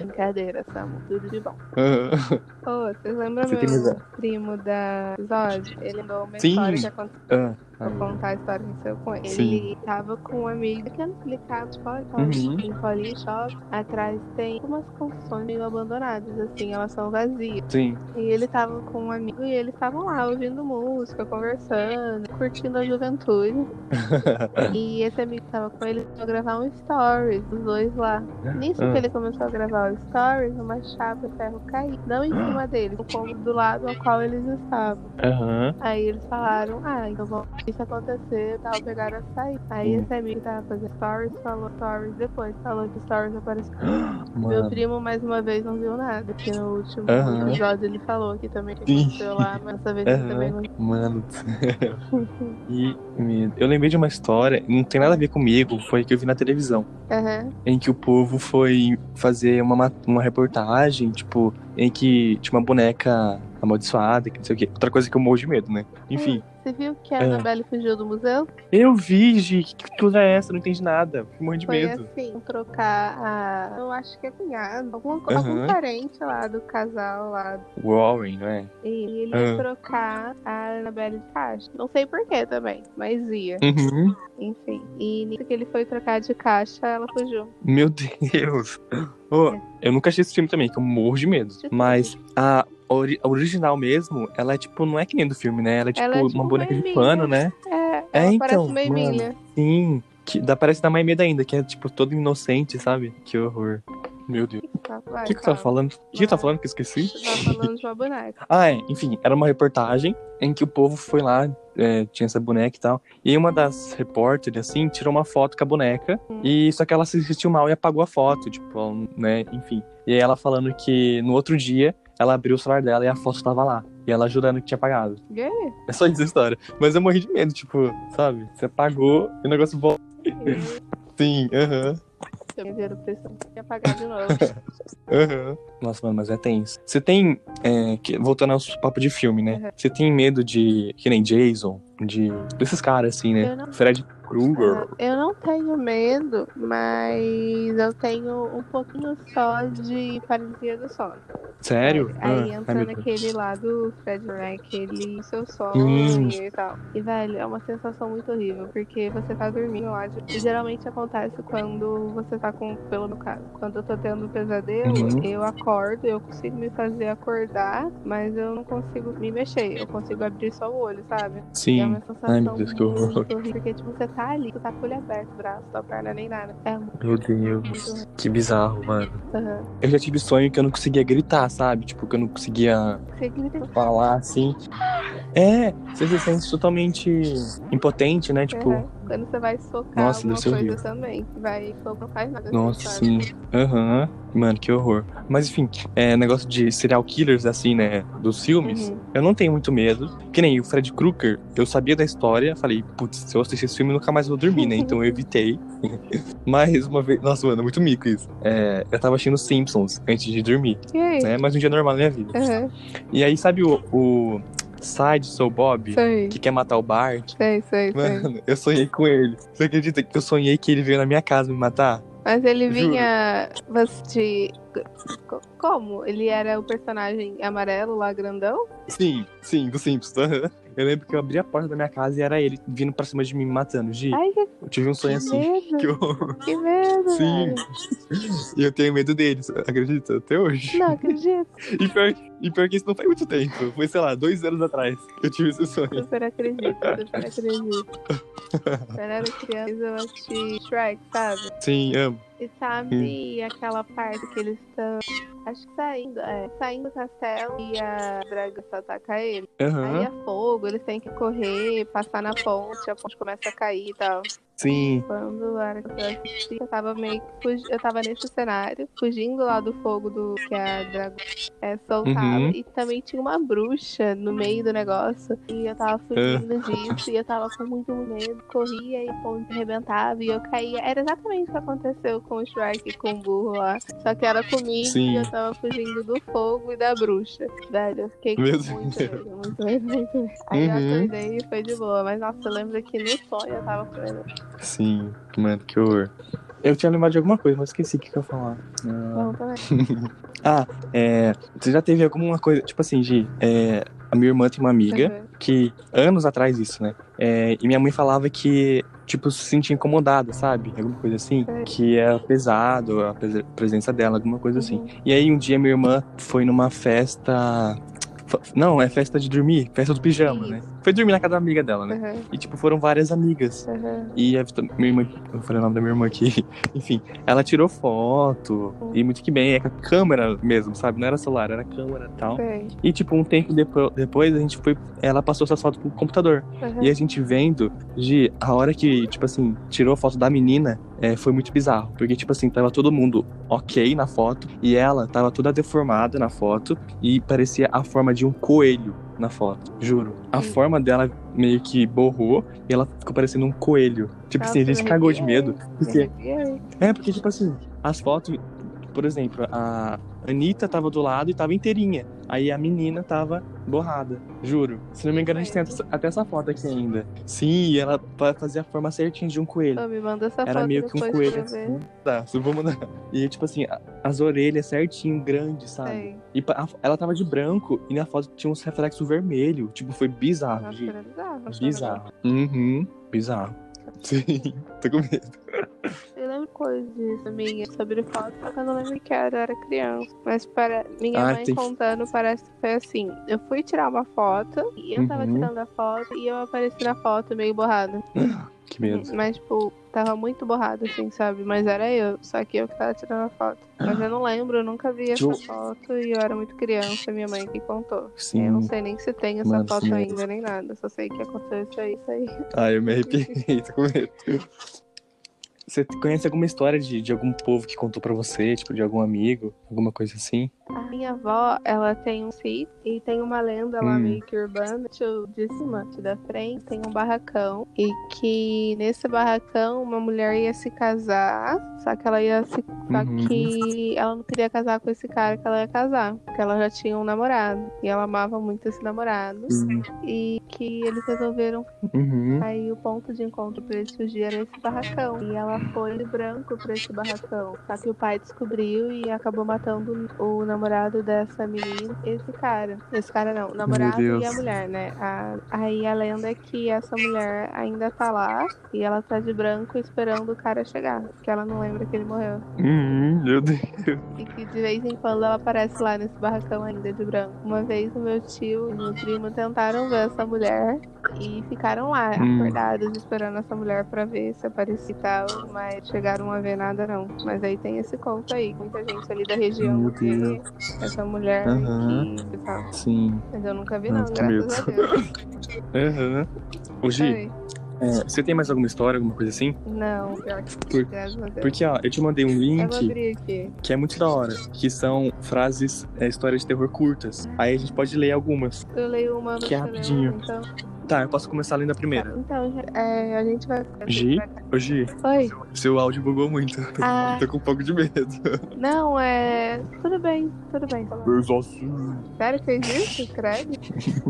[SPEAKER 1] Brincadeira, Samu. Tudo de bom.
[SPEAKER 2] Ah,
[SPEAKER 1] Ô, vocês lembram
[SPEAKER 2] Você
[SPEAKER 1] meu
[SPEAKER 2] tem razão.
[SPEAKER 1] primo da Zod? Ele mandou uma
[SPEAKER 2] Sim.
[SPEAKER 1] história que aconteceu.
[SPEAKER 2] ah,
[SPEAKER 1] Vou
[SPEAKER 2] ai.
[SPEAKER 1] contar a história que aconteceu com ele.
[SPEAKER 2] Sim.
[SPEAKER 1] Ele tava com um amigo que eu não explicava, tipo, olha, tá
[SPEAKER 2] Uhum.
[SPEAKER 1] em Paulinho Shopping. Atrás tem umas construções meio abandonadas, assim, elas são vazias.
[SPEAKER 2] Sim.
[SPEAKER 1] E ele tava com um amigo e eles estavam lá ouvindo música, conversando, curtindo a juventude. E esse amigo que tava com ele começou a gravar um stories dos dois lá. Nisso
[SPEAKER 2] Ah.
[SPEAKER 1] que ele começou a gravar o stories, uma chapa de ferro caiu. Não em cima deles, no cômodo do lado ao qual eles estavam.
[SPEAKER 2] Aham.
[SPEAKER 1] Aí eles falaram, ah, então vamos ver isso acontecer e tal, pegaram a sair. Aí
[SPEAKER 2] Hum.
[SPEAKER 1] esse amigo que tava fazendo stories, falou stories depois, falou que stories apareceu. Meu
[SPEAKER 2] Mano.
[SPEAKER 1] primo, mais uma vez, não viu nada, porque no último
[SPEAKER 2] Aham.
[SPEAKER 1] episódio ele falou que também que
[SPEAKER 2] Sim.
[SPEAKER 1] aconteceu lá, mas dessa vez ele
[SPEAKER 2] Aham.
[SPEAKER 1] também não
[SPEAKER 2] Mano do céu. E medo. Eu lembrei de uma história, não tem nada a ver comigo, foi que eu vi na televisão.
[SPEAKER 1] Aham.
[SPEAKER 2] Em que o povo foi fazer uma, ma- uma reportagem, tipo, em que tinha uma boneca amaldiçoada, que não sei o quê. Outra coisa que eu morro de medo, né? Enfim.
[SPEAKER 1] Você viu que a Annabelle fugiu do museu?
[SPEAKER 2] Eu vi, Gi, que cultura é essa? Eu não entendi nada. Fiquei morrendo de
[SPEAKER 1] Foi
[SPEAKER 2] medo.
[SPEAKER 1] assim, trocar a. Eu acho que é cunhado, alguma, co- algum
[SPEAKER 2] Aham.
[SPEAKER 1] parente lá do casal lá.
[SPEAKER 2] Warren, não é?
[SPEAKER 1] E ele
[SPEAKER 2] Ah.
[SPEAKER 1] ia trocar a Annabelle de caixa. Não sei porquê também, mas ia.
[SPEAKER 2] Uhum.
[SPEAKER 1] Enfim. E nisso que ele foi trocar de caixa, ela fugiu.
[SPEAKER 2] Meu Deus. Ô, eu nunca achei esse filme também, que É. eu morro de medo. Mas a, ori- a original mesmo, ela é tipo, não é que nem do filme, né? Ela é tipo,
[SPEAKER 1] Ela é tipo
[SPEAKER 2] uma boneca de
[SPEAKER 1] uma
[SPEAKER 2] pano,
[SPEAKER 1] Emília.
[SPEAKER 2] né?
[SPEAKER 1] É, ela
[SPEAKER 2] É,
[SPEAKER 1] parece
[SPEAKER 2] então,
[SPEAKER 1] uma Emília.
[SPEAKER 2] Sim. Que dá, parece dar mais medo ainda, que é tipo toda inocente, sabe? Que horror. Meu Deus.
[SPEAKER 1] Tá,
[SPEAKER 2] O
[SPEAKER 1] vai,
[SPEAKER 2] que, que eu tava
[SPEAKER 1] fala.
[SPEAKER 2] falando? assim? O que eu tava
[SPEAKER 1] Vai.
[SPEAKER 2] falando que Ah, eu esqueci?
[SPEAKER 1] Você Tava falando de uma boneca.
[SPEAKER 2] Ah, é. Enfim, era uma reportagem em que o povo foi lá, é, tinha essa boneca e tal. E aí uma das repórteres, assim, tirou uma foto com a boneca. E só que ela se sentiu mal e apagou a foto, tipo, ela não- né? Enfim. E aí ela falando que no outro dia ela abriu o celular dela e a foto tava lá. E ela jurando que tinha apagado.
[SPEAKER 1] Gay?
[SPEAKER 2] É só isso a história. Mas eu morri de medo, tipo, sabe? Você apagou e o negócio volta. Sim, aham,
[SPEAKER 1] Eu viro pressão. Tem que apagar de novo.
[SPEAKER 2] aham. Nossa, mano, mas é tenso. Você tem. é, que- voltando aos papos de filme, né? Você tem medo de. Que nem Jason, de. desses caras, assim, né?
[SPEAKER 1] Eu não-
[SPEAKER 2] Fred Krueger.
[SPEAKER 1] Ah, Eu não tenho medo, mas eu tenho um pouquinho só de paralisia do sono.
[SPEAKER 2] Sério?
[SPEAKER 1] Aí
[SPEAKER 2] Ah,
[SPEAKER 1] entra
[SPEAKER 2] ai, meu Deus.
[SPEAKER 1] naquele lá do Fred Mercury, aquele seu sonho
[SPEAKER 2] Hum.
[SPEAKER 1] e tal. E, velho, é uma sensação muito horrível, porque você tá dormindo lá. de- E geralmente acontece quando você tá com, pelo meu caso, quando eu tô tendo um pesadelo,
[SPEAKER 2] Uhum.
[SPEAKER 1] eu acordo, eu consigo me fazer acordar, mas eu não consigo me mexer. Eu consigo abrir só o olho, sabe?
[SPEAKER 2] Sim.
[SPEAKER 1] É uma sensação
[SPEAKER 2] Ai, meu Deus, que horror.
[SPEAKER 1] muito horrível, Porque, tipo, você tá ali, você tá com o olho aberto, braço, tua perna, nem nada. É muito
[SPEAKER 2] Meu Deus, que bizarro, mano.
[SPEAKER 1] horror.
[SPEAKER 2] Eu já tive sonho que eu não conseguia gritar, sabe? Tipo, que eu não conseguia
[SPEAKER 1] Você grita,
[SPEAKER 2] falar assim. É, você se sente totalmente impotente, né? Tipo,
[SPEAKER 1] Aham. Quando você vai socar
[SPEAKER 2] Nossa,
[SPEAKER 1] alguma
[SPEAKER 2] deve ser
[SPEAKER 1] coisa
[SPEAKER 2] horrível.
[SPEAKER 1] também. Vai socar, não faz nada.
[SPEAKER 2] Nossa,
[SPEAKER 1] sabe?
[SPEAKER 2] sim. Aham. Mano, que horror. Mas enfim, é, negócio de serial killers, assim, né? Dos filmes,
[SPEAKER 1] Uhum.
[SPEAKER 2] eu não tenho muito medo. Que nem o Fred Krueger, eu sabia da história, falei, putz, se eu assistir esse filme, eu nunca mais vou dormir, né? Então eu evitei. Mas uma vez. Nossa, mano, é muito mico isso. É, eu tava assistindo Simpsons antes de dormir,
[SPEAKER 1] E aí?
[SPEAKER 2] né? Mas um dia normal na minha vida.
[SPEAKER 1] Aham,
[SPEAKER 2] E aí, sabe o, o Side Soul Bob,
[SPEAKER 1] sei.
[SPEAKER 2] que quer matar o Bart?
[SPEAKER 1] Sei, sei, sei.
[SPEAKER 2] Mano, eu sonhei com ele. Você acredita que eu sonhei que ele veio na minha casa me matar?
[SPEAKER 1] Mas ele
[SPEAKER 2] Juro.
[SPEAKER 1] vinha você- de. co- Como? Ele era o personagem amarelo lá, grandão?
[SPEAKER 2] Sim, sim, do Simpsons. aham. Eu lembro que eu abri a porta da minha casa e era ele vindo pra cima de mim me matando. Gi,
[SPEAKER 1] Ai, que,
[SPEAKER 2] eu tive um sonho assim.
[SPEAKER 1] medo!
[SPEAKER 2] Que
[SPEAKER 1] Que,
[SPEAKER 2] eu...
[SPEAKER 1] medo! velho.
[SPEAKER 2] Sim. E eu tenho medo deles, acredita? Até hoje.
[SPEAKER 1] Não acredito,
[SPEAKER 2] E pior, e pior que isso não faz muito tempo. Foi, sei lá, dois anos atrás que eu tive esse sonho.
[SPEAKER 1] super acredito, super acredito. Quando eu era criança, eu assisti Shrek, sabe?
[SPEAKER 2] Sim, amo.
[SPEAKER 1] E sabe aquela parte que eles estão. Acho que saindo, é, saindo do castelo e a draga só ataca ele.
[SPEAKER 2] Aham.
[SPEAKER 1] Aí é fogo, eles têm que correr, passar na ponte, a ponte começa a cair e tal.
[SPEAKER 2] Sim.
[SPEAKER 1] Quando era que eu assisti, eu tava meio que fugi... eu tava nesse cenário, fugindo lá do fogo do que a dragão é, soltava.
[SPEAKER 2] Uhum.
[SPEAKER 1] E também tinha uma bruxa no meio do negócio. E eu tava fugindo disso. E eu tava com muito medo. Corria e o ponte arrebentava e eu caía. Era exatamente o que aconteceu com o Shrek e com o burro lá. Só que era comigo
[SPEAKER 2] Sim.
[SPEAKER 1] e eu tava fugindo do fogo e da bruxa. Velho, eu fiquei com
[SPEAKER 2] Meu
[SPEAKER 1] muito medo, muito medo, muito medo. Aí eu
[SPEAKER 2] Uhum.
[SPEAKER 1] acordei e foi de boa. Mas nossa, eu lembro que no sonho eu tava com medo.
[SPEAKER 2] Sim. Mano, que horror. Eu tinha lembrado de alguma coisa, mas esqueci o que, que eu ia falar. Ah.
[SPEAKER 1] Vamos também.
[SPEAKER 2] Ah, é. Você já teve alguma coisa. Tipo assim, Gi, é, a minha irmã tem uma amiga
[SPEAKER 1] Uhum.
[SPEAKER 2] que anos atrás isso, né? É, e minha mãe falava que, tipo, se sentia incomodada, sabe? Alguma coisa assim.
[SPEAKER 1] Sei.
[SPEAKER 2] Que era pesado a prese- presença dela, alguma coisa assim.
[SPEAKER 1] Uhum.
[SPEAKER 2] E aí um dia minha irmã foi numa festa. fa- Não, é festa de dormir, festa do pijama, né? Foi dormir na casa da amiga dela, né?
[SPEAKER 1] Uhum.
[SPEAKER 2] E, tipo, foram várias amigas.
[SPEAKER 1] Uhum.
[SPEAKER 2] E a Vita- minha irmã, eu falei o nome da minha irmã aqui. Enfim, ela tirou foto
[SPEAKER 1] Uhum.
[SPEAKER 2] e muito que bem, é com a câmera mesmo, sabe? Não era celular, era câmera e tal.
[SPEAKER 1] Sei.
[SPEAKER 2] E tipo, um tempo depo- depois a gente foi, ela passou essas fotos pro computador.
[SPEAKER 1] Uhum.
[SPEAKER 2] E a gente vendo, Gi, a hora que, tipo assim, tirou a foto da menina, é, foi muito bizarro. Porque, tipo assim, tava todo mundo ok na foto e ela tava toda deformada na foto e parecia a forma de um coelho na foto, juro. A
[SPEAKER 1] Sim.
[SPEAKER 2] forma dela meio que borrou e ela ficou parecendo um coelho. Tipo assim, a
[SPEAKER 1] Nossa,
[SPEAKER 2] gente
[SPEAKER 1] me
[SPEAKER 2] cagou de
[SPEAKER 1] arrepiei,
[SPEAKER 2] medo.
[SPEAKER 1] me
[SPEAKER 2] Porque,
[SPEAKER 1] arrepiei.
[SPEAKER 2] é, porque, tipo assim, as fotos, por exemplo, a Anitta tava do lado e tava inteirinha. Aí a menina tava borrada, juro. Se não me engano, a gente tem até- até essa foto aqui ainda. Sim, e ela fa- fazia a forma certinha de um coelho.
[SPEAKER 1] Ô, me manda essa
[SPEAKER 2] Era
[SPEAKER 1] foto
[SPEAKER 2] meio que um
[SPEAKER 1] depois
[SPEAKER 2] coelho.
[SPEAKER 1] pra eu ver.
[SPEAKER 2] assim. Tá, se eu vou mandar. E tipo assim, a- as orelhas certinho, grande, sabe?
[SPEAKER 1] Sei.
[SPEAKER 2] E pa- a- ela tava de branco e na foto tinha uns reflexos vermelhos. Tipo, foi bizarro,
[SPEAKER 1] Nossa,
[SPEAKER 2] Gi.
[SPEAKER 1] era bizarro. achava
[SPEAKER 2] É Bizarro. Uhum, bizarro. Sim, tô com medo.
[SPEAKER 1] bizarro. Eu lembro coisas minha sobre foto, só que eu não lembro que era, eu era criança. Mas para minha
[SPEAKER 2] Ah,
[SPEAKER 1] mãe
[SPEAKER 2] tem-
[SPEAKER 1] contando, parece que foi assim. Eu fui tirar uma foto, e eu tava
[SPEAKER 2] Uhum.
[SPEAKER 1] tirando a foto, e eu apareci na foto meio borrada. assim.
[SPEAKER 2] Que medo.
[SPEAKER 1] Mas, tipo, tava muito borrado, assim, sabe? Mas era eu, só que eu que tava tirando a foto. Mas eu não lembro, eu nunca vi essa
[SPEAKER 2] Ju-
[SPEAKER 1] foto e eu era muito criança, minha mãe que contou.
[SPEAKER 2] Sim.
[SPEAKER 1] É, Eu não sei nem se tem essa
[SPEAKER 2] Mano,
[SPEAKER 1] foto
[SPEAKER 2] sim.
[SPEAKER 1] ainda, nem nada. Só sei que aconteceu isso aí, isso aí.
[SPEAKER 2] Ai, eu me arrepiei, tô com medo. Você conhece alguma história de, de algum povo que contou pra você, tipo, de algum amigo, alguma coisa assim?
[SPEAKER 1] A minha avó, ela tem um sítio e tem uma lenda lá
[SPEAKER 2] Hum.
[SPEAKER 1] meio que urbana. Tipo, de cima, tipo, da frente, tem um barracão. E que nesse barracão, uma mulher ia se casar, só que ela ia se Só
[SPEAKER 2] Uhum.
[SPEAKER 1] que ela não queria casar com esse cara que ela ia casar. Porque ela já tinha um namorado. E ela amava muito esse namorado.
[SPEAKER 2] Uhum.
[SPEAKER 1] E que eles resolveram
[SPEAKER 2] Uhum.
[SPEAKER 1] aí o ponto de encontro pra eles fugir era esse barracão. E ela foi de branco pra esse barracão. Só que o pai descobriu e acabou matando o namorado dessa menina. Esse cara. Esse cara não. O namorado e a
[SPEAKER 2] Deus.
[SPEAKER 1] mulher, né? A- aí a lenda é que essa mulher ainda tá lá. E ela tá de branco esperando o cara chegar. Porque ela não lembra que ele morreu.
[SPEAKER 2] Uhum, meu Deus.
[SPEAKER 1] E que de vez em quando ela aparece lá nesse barracão ainda de branco. Uma vez o meu tio e meu primo tentaram ver essa mulher. E ficaram lá,
[SPEAKER 2] Hum.
[SPEAKER 1] acordados, esperando essa mulher pra ver se aparecia e tal. Mas chegaram a ver nada, não. Mas aí tem esse conto aí, que muita gente ali da região
[SPEAKER 2] Meu
[SPEAKER 1] vê essa mulher
[SPEAKER 2] Aham.
[SPEAKER 1] que e tal.
[SPEAKER 2] Sim.
[SPEAKER 1] Mas eu nunca vi,
[SPEAKER 2] Ah,
[SPEAKER 1] não,
[SPEAKER 2] fica
[SPEAKER 1] graças a Deus.
[SPEAKER 2] Aham. Uhum. Ô, Gi,
[SPEAKER 1] Oi.
[SPEAKER 2] é, você tem mais alguma história, alguma coisa assim?
[SPEAKER 1] Não, pior que
[SPEAKER 2] Por-
[SPEAKER 1] graças a Deus.
[SPEAKER 2] Porque, ó, eu te mandei um
[SPEAKER 1] Eu vou
[SPEAKER 2] link
[SPEAKER 1] abrir aqui.
[SPEAKER 2] que é muito da hora, que são frases, é, histórias de terror curtas.
[SPEAKER 1] Hum.
[SPEAKER 2] Aí a gente pode ler algumas.
[SPEAKER 1] Eu leio uma
[SPEAKER 2] Que
[SPEAKER 1] você lê
[SPEAKER 2] rapidinho.
[SPEAKER 1] uma, Então,
[SPEAKER 2] Tá, eu posso começar lendo a primeira.
[SPEAKER 1] então já- é, a gente vai.
[SPEAKER 2] Gi? Ô, Gi,
[SPEAKER 1] Oi.
[SPEAKER 2] seu áudio bugou muito.
[SPEAKER 1] Ah,
[SPEAKER 2] Tô com um pouco de medo.
[SPEAKER 1] não, é. Tudo bem, tudo bem. Tá bom.
[SPEAKER 2] Eu
[SPEAKER 1] Sério, fez isso? Credo?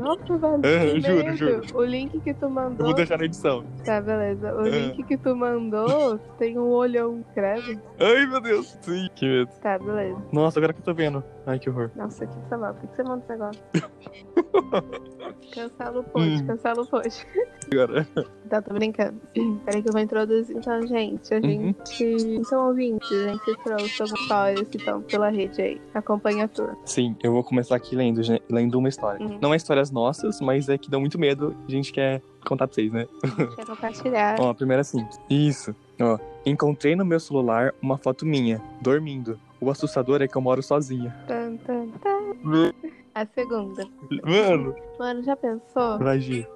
[SPEAKER 1] Nossa, velho. que
[SPEAKER 2] É, eu juro,
[SPEAKER 1] medo.
[SPEAKER 2] juro.
[SPEAKER 1] O link que tu mandou.
[SPEAKER 2] vou deixar na edição.
[SPEAKER 1] Tá, beleza. O
[SPEAKER 2] É.
[SPEAKER 1] link que tu mandou tem um olhão, credo.
[SPEAKER 2] Ai, meu Deus. Sim, que medo.
[SPEAKER 1] Tá, beleza.
[SPEAKER 2] Nossa, agora que eu tô vendo. Ai, que horror.
[SPEAKER 1] Nossa, que sei lá. Por que você manda esse negócio? cancela o post,
[SPEAKER 2] Hum.
[SPEAKER 1] cancela o post.
[SPEAKER 2] Agora.
[SPEAKER 1] Tá, tô brincando. Peraí que eu vou introduzir. Então, gente, a
[SPEAKER 2] Uhum.
[SPEAKER 1] gente. Então, ouvintes, a gente trouxe algumas histórias que estão pela rede aí. Acompanha a tour.
[SPEAKER 2] Sim, eu vou começar aqui lendo, gen- lendo uma história.
[SPEAKER 1] Uhum.
[SPEAKER 2] Não é histórias nossas, mas é que dão muito medo. A gente quer contar pra vocês, né?
[SPEAKER 1] Quer compartilhar.
[SPEAKER 2] Ó, a primeira é assim. Isso. Ó. Encontrei no meu celular uma foto minha, dormindo. O assustador é que eu moro sozinha.
[SPEAKER 1] Tan, tan, tan. A segunda.
[SPEAKER 2] Mano,
[SPEAKER 1] Mano, já pensou?
[SPEAKER 2] vai, Gi.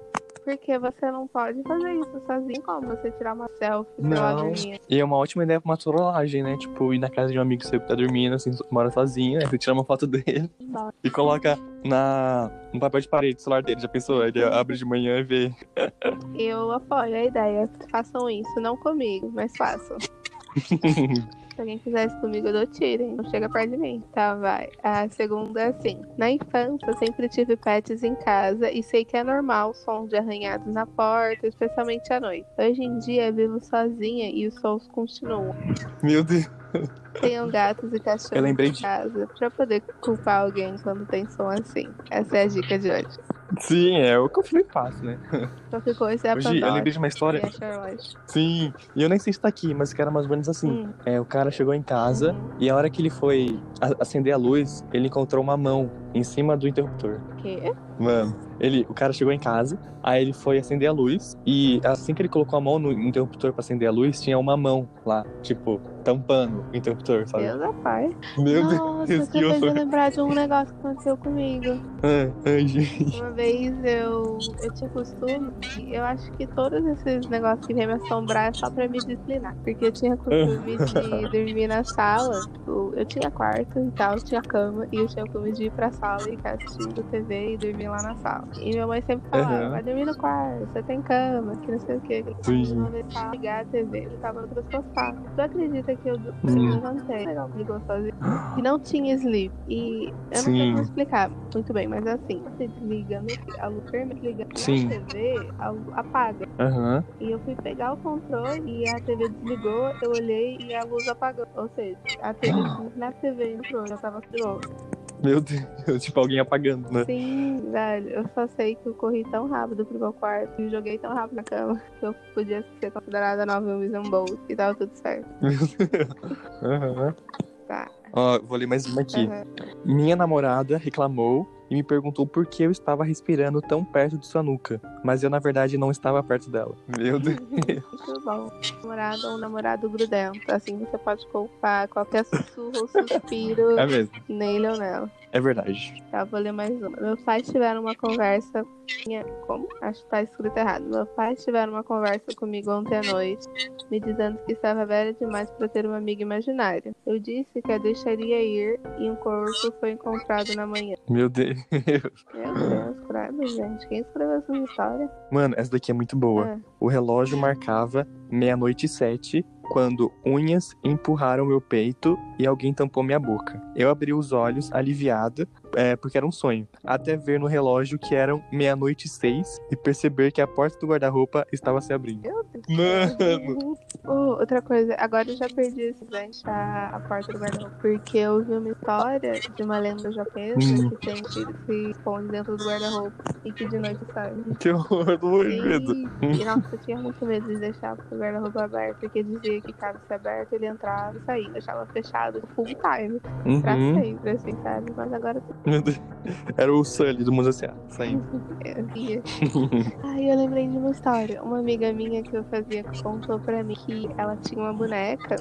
[SPEAKER 1] Porque você não pode fazer isso sozinho. Como você tirar uma selfie na
[SPEAKER 2] Não.
[SPEAKER 1] lagoinha?
[SPEAKER 2] E é uma ótima ideia pra uma trollagem, né? Tipo, ir na casa de um amigo seu que tá dormindo, assim, so- mora sozinho, aí você tira uma foto dele
[SPEAKER 1] Bom,
[SPEAKER 2] e coloca na, no papel de parede do celular dele. Já pensou? Ele abre de manhã e vê.
[SPEAKER 1] Eu apoio a ideia. Façam isso. Não comigo, mas façam. Se alguém fizer isso comigo, eu dou tiro, hein? Não chega perto de mim. Tá, vai. A segunda é assim. Na infância, sempre tive pets em casa e sei que é normal o som de arranhados na porta, especialmente à noite. Hoje em dia, vivo sozinha e os sons continuam.
[SPEAKER 2] Meu Deus.
[SPEAKER 1] Tenho gatos e cachorros
[SPEAKER 2] Eu lembrei
[SPEAKER 1] em
[SPEAKER 2] de-
[SPEAKER 1] casa pra poder culpar alguém quando tem som assim. Essa é a dica de hoje.
[SPEAKER 2] Sim, é o que eu falei fácil, né?
[SPEAKER 1] Qualquer coisa é a
[SPEAKER 2] Hoje eu
[SPEAKER 1] Pandora.
[SPEAKER 2] lembrei de uma
[SPEAKER 1] E
[SPEAKER 2] história.
[SPEAKER 1] a Charlotte.
[SPEAKER 2] Sim, e eu nem sei se tá aqui, mas que era mais ou menos assim.
[SPEAKER 1] Hum.
[SPEAKER 2] É, o cara chegou em casa
[SPEAKER 1] Uhum.
[SPEAKER 2] e a hora que ele foi a- acender a luz, ele encontrou uma mão em cima do interruptor.
[SPEAKER 1] O quê?
[SPEAKER 2] Mano, ele, o cara chegou em casa, aí ele foi acender a luz e assim que ele colocou a mão no interruptor pra acender a luz, tinha uma mão lá, tipo, tampando o interruptor, sabe?
[SPEAKER 1] Deus da paz.
[SPEAKER 2] Meu Deus.
[SPEAKER 1] Nossa,
[SPEAKER 2] Deus,
[SPEAKER 1] você
[SPEAKER 2] que
[SPEAKER 1] fez eu
[SPEAKER 2] horror.
[SPEAKER 1] lembrar de um negócio que aconteceu comigo.
[SPEAKER 2] Ai, ai, gente.
[SPEAKER 1] Uma vez eu, eu tinha costume, de- eu acho que todos esses negócios que vêm me assombrar é só pra me disciplinar. Porque eu tinha costume de dormir na sala, tipo, eu tinha quarto e tal, tinha cama, e eu tinha costume de ir pra sala e ficar assistindo TV e dormir lá na sala. E minha mãe sempre falava,
[SPEAKER 2] Aham.
[SPEAKER 1] vai dormir no quarto, você tem cama, que não sei o que.
[SPEAKER 2] Sim.
[SPEAKER 1] Ligar a TV, eu tava no sofá. Tu acredita que eu do- eu
[SPEAKER 2] Hum.
[SPEAKER 1] levantei? Legal, ligou sozinho que não tinha sleep. E eu não sei
[SPEAKER 2] Sim.
[SPEAKER 1] como explicar muito bem, mas assim, você desliga meu filho, a luz vermelha liga
[SPEAKER 2] Sim.
[SPEAKER 1] na TV, a luz apaga.
[SPEAKER 2] Aham.
[SPEAKER 1] E eu fui pegar o controle e a TV desligou, eu olhei e a luz apagou. Ou seja, a TV
[SPEAKER 2] Ah.
[SPEAKER 1] desligou na TV entrou, já tava louco.
[SPEAKER 2] Meu Deus, tipo, alguém apagando, né?
[SPEAKER 1] Sim, velho, eu só sei que eu corri tão rápido pro meu quarto e joguei tão rápido na cama que eu podia ser considerada a nova Wilson Bolt e tava tudo certo.
[SPEAKER 2] Aham.
[SPEAKER 1] Tá.
[SPEAKER 2] Ó, vou ler mais uma aqui.
[SPEAKER 1] Aham.
[SPEAKER 2] Minha namorada reclamou e me perguntou por que eu estava respirando tão perto de sua nuca, mas eu na verdade não estava perto dela. Meu Deus.
[SPEAKER 1] Muito bom. Namorado ou um namorado grudento. Assim você pode culpar qualquer sussurro ou suspiro
[SPEAKER 2] É mesmo.
[SPEAKER 1] nele ou nela.
[SPEAKER 2] É verdade.
[SPEAKER 1] Tá, vou ler mais uma. Meus pais tiveram uma conversa. minha- Como? Acho que tá escrito errado. Meus pais tiveram uma conversa comigo ontem à noite, me dizendo que estava velha demais para ter uma amiga imaginária. Eu disse que a deixaria ir e um corpo foi encontrado na manhã.
[SPEAKER 2] Meu Deus.
[SPEAKER 1] Meu Deus, credo, gente. Quem escreveu essa história?
[SPEAKER 2] Mano, essa daqui é muito boa.
[SPEAKER 1] Ah,
[SPEAKER 2] O relógio marcava meia-noite e sete quando unhas empurraram meu peito e alguém tampou minha boca. Eu abri os olhos, aliviada, é, porque era um sonho, até ver no relógio que eram meia-noite e seis e perceber que a porta do guarda-roupa estava se abrindo.
[SPEAKER 1] meu Deus.
[SPEAKER 2] Mano.
[SPEAKER 1] Uh, outra coisa, agora eu já perdi esse gancho a, a porta do guarda-roupa, porque eu vi uma história de uma lenda japonesa
[SPEAKER 2] Hum.
[SPEAKER 1] que tem que se esconde dentro do guarda-roupa e que de noite sai.
[SPEAKER 2] Que horror, eu tô morrendo de medo.
[SPEAKER 1] E, e, nossa, eu tinha muito medo de deixar o guarda-roupa aberto, porque dizia que caso se aberto, ele entrava e saía, deixava fechado full time, pra
[SPEAKER 2] Uhum.
[SPEAKER 1] sempre, assim, sabe? Mas agora
[SPEAKER 2] Meu Deus. Era o Sully do Museu Ceará saindo.
[SPEAKER 1] eu via. Ai, eu lembrei de uma história. Uma amiga minha que eu fazia contou pra mim que ela tinha uma boneca,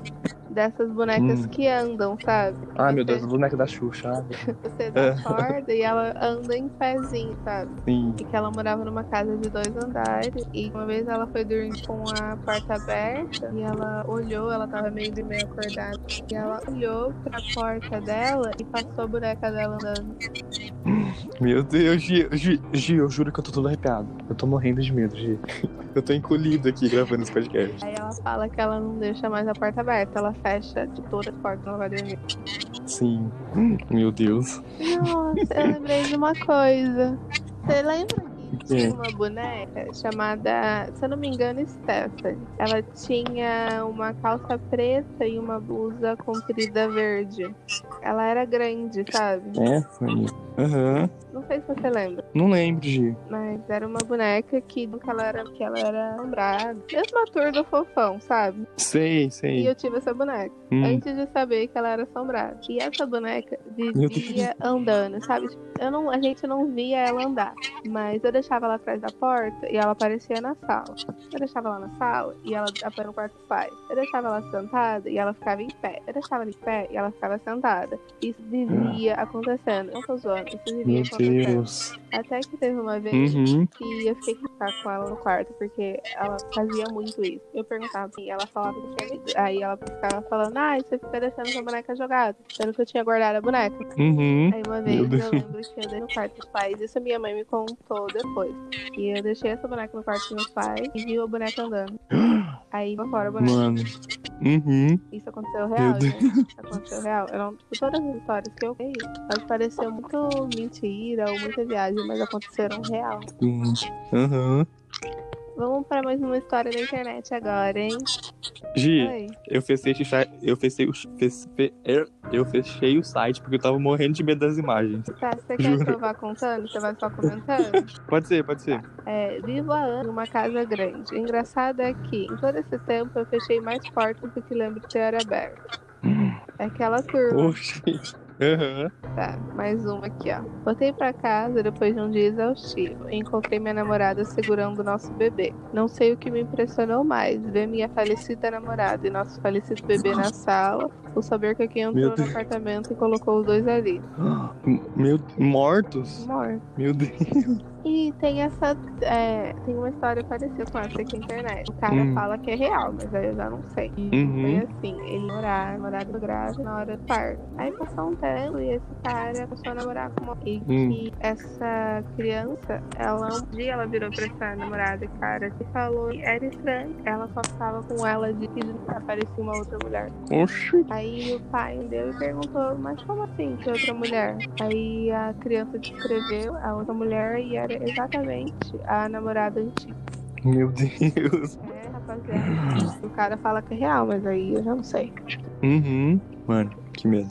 [SPEAKER 1] dessas bonecas
[SPEAKER 2] Hum.
[SPEAKER 1] que andam, sabe?
[SPEAKER 2] Ai, Ah, meu Deus, o boneco da Xuxa. ah,
[SPEAKER 1] Você
[SPEAKER 2] É.
[SPEAKER 1] dá corda e ela anda em pezinho, sabe?
[SPEAKER 2] Sim.
[SPEAKER 1] E que ela morava numa casa de dois andares. E uma vez ela foi dormir com a porta aberta e ela olhou, ela tava meio de meio acordada. E ela olhou pra porta dela e passou a boneca dela andando.
[SPEAKER 2] Meu Deus, Gi, Gi, Gi, eu juro que eu tô todo arrepiado. Eu tô morrendo de medo, Gi. Eu tô encolhido aqui gravando esse podcast.
[SPEAKER 1] Aí ela fala que ela não deixa mais a porta aberta, ela fecha de todas as portas, ela vai dormir.
[SPEAKER 2] Sim. Meu Deus.
[SPEAKER 1] Nossa, eu lembrei de uma coisa. Você lembra que
[SPEAKER 2] quê?
[SPEAKER 1] tinha uma boneca chamada, se eu não me engano, Stephanie? Ela tinha uma calça preta e uma blusa comprida verde. Ela era grande, sabe?
[SPEAKER 2] É, Fanny? Aham.
[SPEAKER 1] Não sei se você lembra,
[SPEAKER 2] Não lembro, Gi.
[SPEAKER 1] mas era uma boneca que, que ela era, que ela era assombrada. Mesmo ator do fofão, sabe?
[SPEAKER 2] Sei,
[SPEAKER 1] E
[SPEAKER 2] sei.
[SPEAKER 1] eu tive essa boneca.
[SPEAKER 2] Hum.
[SPEAKER 1] antes de saber que ela era assombrada. E essa boneca
[SPEAKER 2] Meu
[SPEAKER 1] vivia andando, sabe? Tipo, Eu não, a gente não via ela andar, mas eu deixava ela atrás da porta e ela aparecia na sala. Eu deixava ela na sala e ela aparecia no quarto dos pais. Eu deixava ela sentada e ela ficava em pé. Eu deixava ela em pé e ela ficava sentada. Isso vivia acontecendo. Não tô zoando, isso vivia
[SPEAKER 2] Ah. Meu
[SPEAKER 1] acontecendo.
[SPEAKER 2] Deus.
[SPEAKER 1] Até que teve uma vez
[SPEAKER 2] Uhum.
[SPEAKER 1] e eu fiquei com ficar com ela no quarto, porque ela fazia muito isso. Eu perguntava e ela falava que tinha medo. Aí ela ficava falando, ai, você fica deixando sua boneca jogada, sendo que eu tinha guardado a boneca.
[SPEAKER 2] Uhum.
[SPEAKER 1] Aí uma vez
[SPEAKER 2] Meu
[SPEAKER 1] eu
[SPEAKER 2] Deus.
[SPEAKER 1] lembro que eu dei no quarto dos pais, isso minha mãe me contou depois. E eu deixei essa boneca no quarto dos meus pais e vi a boneca andando. Aí pra fora a boneca.
[SPEAKER 2] Mano. Uhum.
[SPEAKER 1] Isso aconteceu real,
[SPEAKER 2] Meu Deus.
[SPEAKER 1] gente. Isso aconteceu real. Eu não, tipo, todas as histórias que eu vi, elas pareceram muito mentira ou muita viagem, mas aconteceram real.
[SPEAKER 2] Uhum. Aham.
[SPEAKER 1] Vamos para mais uma história da internet agora, hein?
[SPEAKER 2] Gi,
[SPEAKER 1] Oi.
[SPEAKER 2] eu fechei, o site- eu, fechei o, fez- fe- er- eu fechei o site porque eu tava morrendo de medo das imagens.
[SPEAKER 1] Tá, você quer que eu vá contando? Você vai só comentando?
[SPEAKER 2] Pode ser, pode ser.
[SPEAKER 1] É, vivo há anos numa casa grande. Engraçado é que, em todo esse tempo, eu fechei mais portas do que lembro de ter aberto.
[SPEAKER 2] Hum.
[SPEAKER 1] É Aquela curva.
[SPEAKER 2] Oxi. Aham.
[SPEAKER 1] Tá, mais uma aqui, ó. Voltei pra casa depois de um dia exaustivo. e Encontrei minha namorada segurando o nosso bebê. Não sei o que me impressionou mais: ver minha falecida namorada e nosso falecido bebê na sala, ou saber que quem
[SPEAKER 2] Meu
[SPEAKER 1] entrou no
[SPEAKER 2] Deus.
[SPEAKER 1] apartamento e colocou os dois ali.
[SPEAKER 2] Meu, mortos?
[SPEAKER 1] Amor.
[SPEAKER 2] Meu Deus.
[SPEAKER 1] E tem essa. é, tem uma história parecida com essa aqui na internet. O cara
[SPEAKER 2] Hum.
[SPEAKER 1] fala que é real, mas aí eu já não sei. E
[SPEAKER 2] Uhum.
[SPEAKER 1] Foi assim, ele morar, namorado grave na hora do parto. Aí passou um tempo e esse cara começou a namorar com uma. E
[SPEAKER 2] Hum.
[SPEAKER 1] que essa criança, ela um dia ela virou pra essa namorada cara e falou que era estranho. Ela só ficava com ela de que aparecia uma outra mulher.
[SPEAKER 2] Oxi.
[SPEAKER 1] Aí o pai deu e perguntou, mas como assim que outra mulher? Aí a criança descreveu a outra mulher e era exatamente a namorada antiga.
[SPEAKER 2] Meu Deus.
[SPEAKER 1] É, rapaziada. O cara fala que é real, mas aí eu já não sei.
[SPEAKER 2] Uhum. Mano, que medo.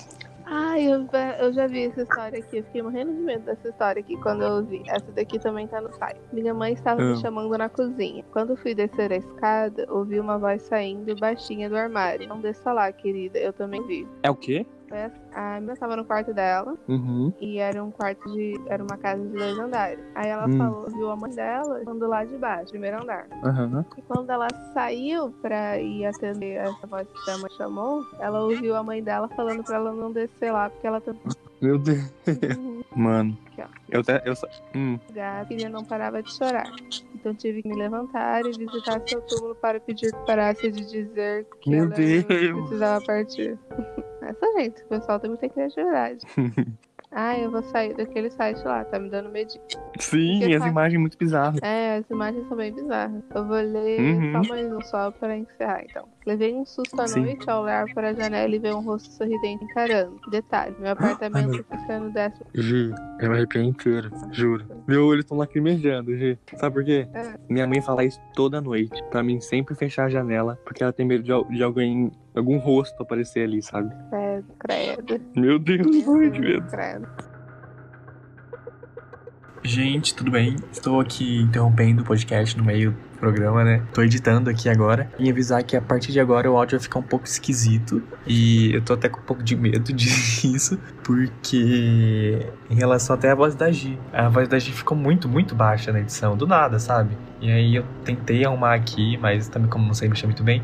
[SPEAKER 1] Ai, eu, ve- eu já vi essa história aqui. Eu fiquei morrendo de medo dessa história aqui quando eu ouvi. Essa daqui também tá no site. Minha mãe estava
[SPEAKER 2] Ah.
[SPEAKER 1] me chamando na cozinha. Quando fui descer a escada, ouvi uma voz saindo baixinha do armário. Não desça lá, querida. Eu também vi.
[SPEAKER 2] É o quê?
[SPEAKER 1] Foi assim. A minha estava no quarto dela.
[SPEAKER 2] Uhum.
[SPEAKER 1] E era um quarto de. Era uma casa de dois andares. Aí ela
[SPEAKER 2] Hum.
[SPEAKER 1] falou, viu a mãe dela andando lá de baixo, primeiro andar.
[SPEAKER 2] Aham.
[SPEAKER 1] E quando ela saiu pra ir atender essa voz que a mãe chamou, ela ouviu a mãe dela falando pra ela não descer lá, porque ela tá
[SPEAKER 2] Meu Deus. Mano.
[SPEAKER 1] Uhum. Aqui, ó.
[SPEAKER 2] Eu até. Eu, sa- hum.
[SPEAKER 1] lugar, a filha não parava de chorar. Então tive que me levantar e visitar seu túmulo para pedir que parasse de dizer que
[SPEAKER 2] Meu
[SPEAKER 1] ela
[SPEAKER 2] Deus.
[SPEAKER 1] precisava partir. Essa gente, o pessoal tem muita criatividade. Ah, eu vou sair daquele site lá, tá me dando medinho.
[SPEAKER 2] Sim,
[SPEAKER 1] Porque
[SPEAKER 2] as
[SPEAKER 1] tá-
[SPEAKER 2] imagens muito bizarras.
[SPEAKER 1] É, as imagens são bem bizarras. Eu vou ler
[SPEAKER 2] Uhum.
[SPEAKER 1] só mais um só para encerrar, então. Levei um susto à
[SPEAKER 2] Sim.
[SPEAKER 1] noite ao olhar para a janela e ver um rosto sorridente encarando. Detalhe, meu apartamento
[SPEAKER 2] meu.
[SPEAKER 1] fica no décimo.
[SPEAKER 2] Gi, eu me arrepiei inteiro, juro. Meu olho tão lacrimejando, Gi. Sabe por quê?
[SPEAKER 1] É.
[SPEAKER 2] Minha mãe fala isso toda noite. Pra mim, sempre fechar a janela, porque ela tem medo de, al- de alguém, algum rosto aparecer ali, sabe?
[SPEAKER 1] Credo, é, credo.
[SPEAKER 2] Meu Deus, mãe, de medo.
[SPEAKER 1] Credo.
[SPEAKER 2] Gente, tudo bem? Estou aqui interrompendo o podcast no meio do programa, né? Tô editando aqui agora. E avisar que a partir de agora o áudio vai ficar um pouco esquisito. E eu tô até com um pouco de medo disso. Porque em relação até à voz da Gi. A voz da Gi ficou muito, muito baixa na edição. Do nada, sabe? E aí eu tentei arrumar aqui, mas também como não sei mexer muito bem.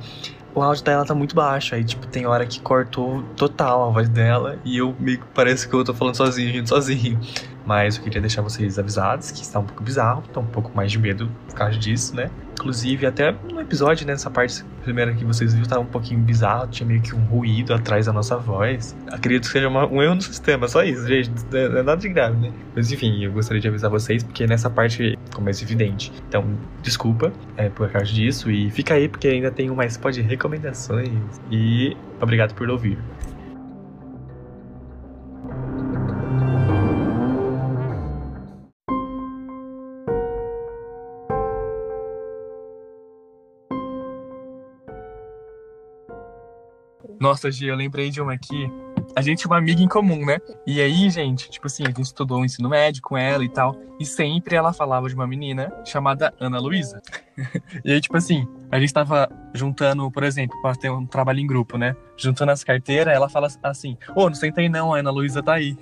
[SPEAKER 2] O áudio dela tá muito baixo, aí tipo, tem hora que cortou total a voz dela e eu meio que parece que eu tô falando sozinho, rindo sozinho. Mas eu queria deixar vocês avisados que está um pouco bizarro, tô um pouco mais de medo por causa disso, né? Inclusive, até no episódio, né, nessa parte primeira que vocês viram, tava um pouquinho bizarro, tinha meio que um ruído atrás da nossa voz. Acredito que seja uma- um erro no sistema, só isso, gente, não é não é nada de grave, né? Mas enfim, eu gostaria de avisar vocês, porque nessa parte ficou mais evidente. Então, desculpa é, por causa disso, e fica aí, porque ainda tem um mais pod de recomendações. E obrigado por ouvir. Nossa, Gi, eu lembrei de uma aqui. A gente é uma amiga em comum, né? E aí, gente, tipo assim, a gente estudou o ensino médio com ela e tal. E sempre ela falava de uma menina chamada Ana Luísa. e aí, tipo assim, a gente tava juntando, por exemplo, pra ter um trabalho em grupo, né? Juntando as carteiras, ela fala assim: Ô, não senta aí não, a Ana Luísa tá aí.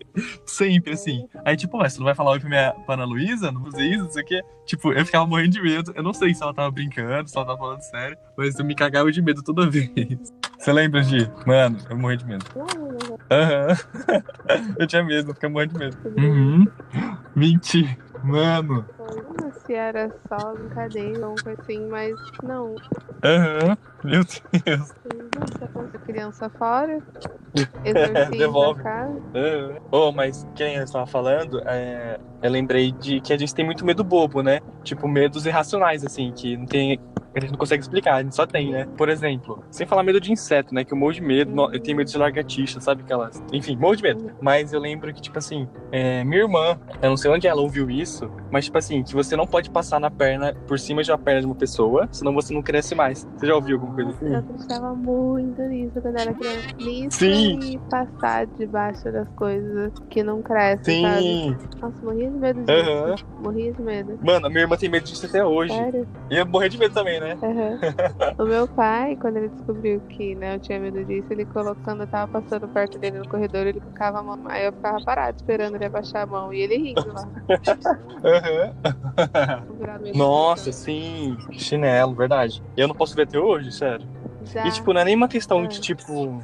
[SPEAKER 2] sempre assim. Aí, tipo, ué, você não vai falar oi pra, minha, pra Ana Luísa? Não fazer isso, não sei o quê. Tipo, eu ficava morrendo de medo. Eu não sei se ela tava brincando, se ela tava falando sério, mas eu me cagava de medo toda vez. Você lembra, Gi? Mano, eu morri de medo.
[SPEAKER 1] Não, não, não.
[SPEAKER 2] Aham. eu tinha medo, eu ficava morrendo de medo. Uhum. Mentira. Mano.
[SPEAKER 1] Não sei Se era só brincadeira ou coisa assim, mas não.
[SPEAKER 2] Aham. Meu Deus.
[SPEAKER 1] Essa criança fora, exercício
[SPEAKER 2] É, Devolve.
[SPEAKER 1] na casa.
[SPEAKER 2] Aham. Oh, mas quem eu estava falando, é, eu lembrei de que a gente tem muito medo bobo, né? Tipo, medos irracionais, assim, que não tem. A gente não consegue explicar, a gente só tem, né? Por exemplo, sem falar medo de inseto, né? Que eu morro de medo, no- eu tenho medo de lagartixa, sabe? Aquelas. Enfim, morro de medo. Mas eu lembro que, tipo assim, é, minha irmã, eu não sei onde ela ouviu isso, mas, tipo assim, que você não pode passar na perna, por cima de uma perna de uma pessoa, senão você não cresce mais. Você já ouviu alguma coisa assim?
[SPEAKER 1] Eu acreditava muito nisso quando era criança. Nisso
[SPEAKER 2] Sim.
[SPEAKER 1] e passar debaixo das coisas que não crescem, sabe?
[SPEAKER 2] Sim!
[SPEAKER 1] Nossa, morria de medo disso.
[SPEAKER 2] Aham.
[SPEAKER 1] Morria de medo.
[SPEAKER 2] Mano, a minha irmã tem medo disso até hoje.
[SPEAKER 1] Sério?
[SPEAKER 2] E eu morri de medo também, né?
[SPEAKER 1] Aham. o meu pai, quando ele descobriu que né, eu tinha medo disso, ele colocando, eu tava passando perto dele no corredor, ele colocava a mão. Aí eu ficava parado esperando ele abaixar a mão. E ele rindo lá.
[SPEAKER 2] Aham.
[SPEAKER 1] virado meio
[SPEAKER 2] Nossa, sim. Chinelo, verdade. Eu não posso ver até hoje, sério.
[SPEAKER 1] Já.
[SPEAKER 2] E, tipo, não é nem uma questão
[SPEAKER 1] É.
[SPEAKER 2] de, tipo,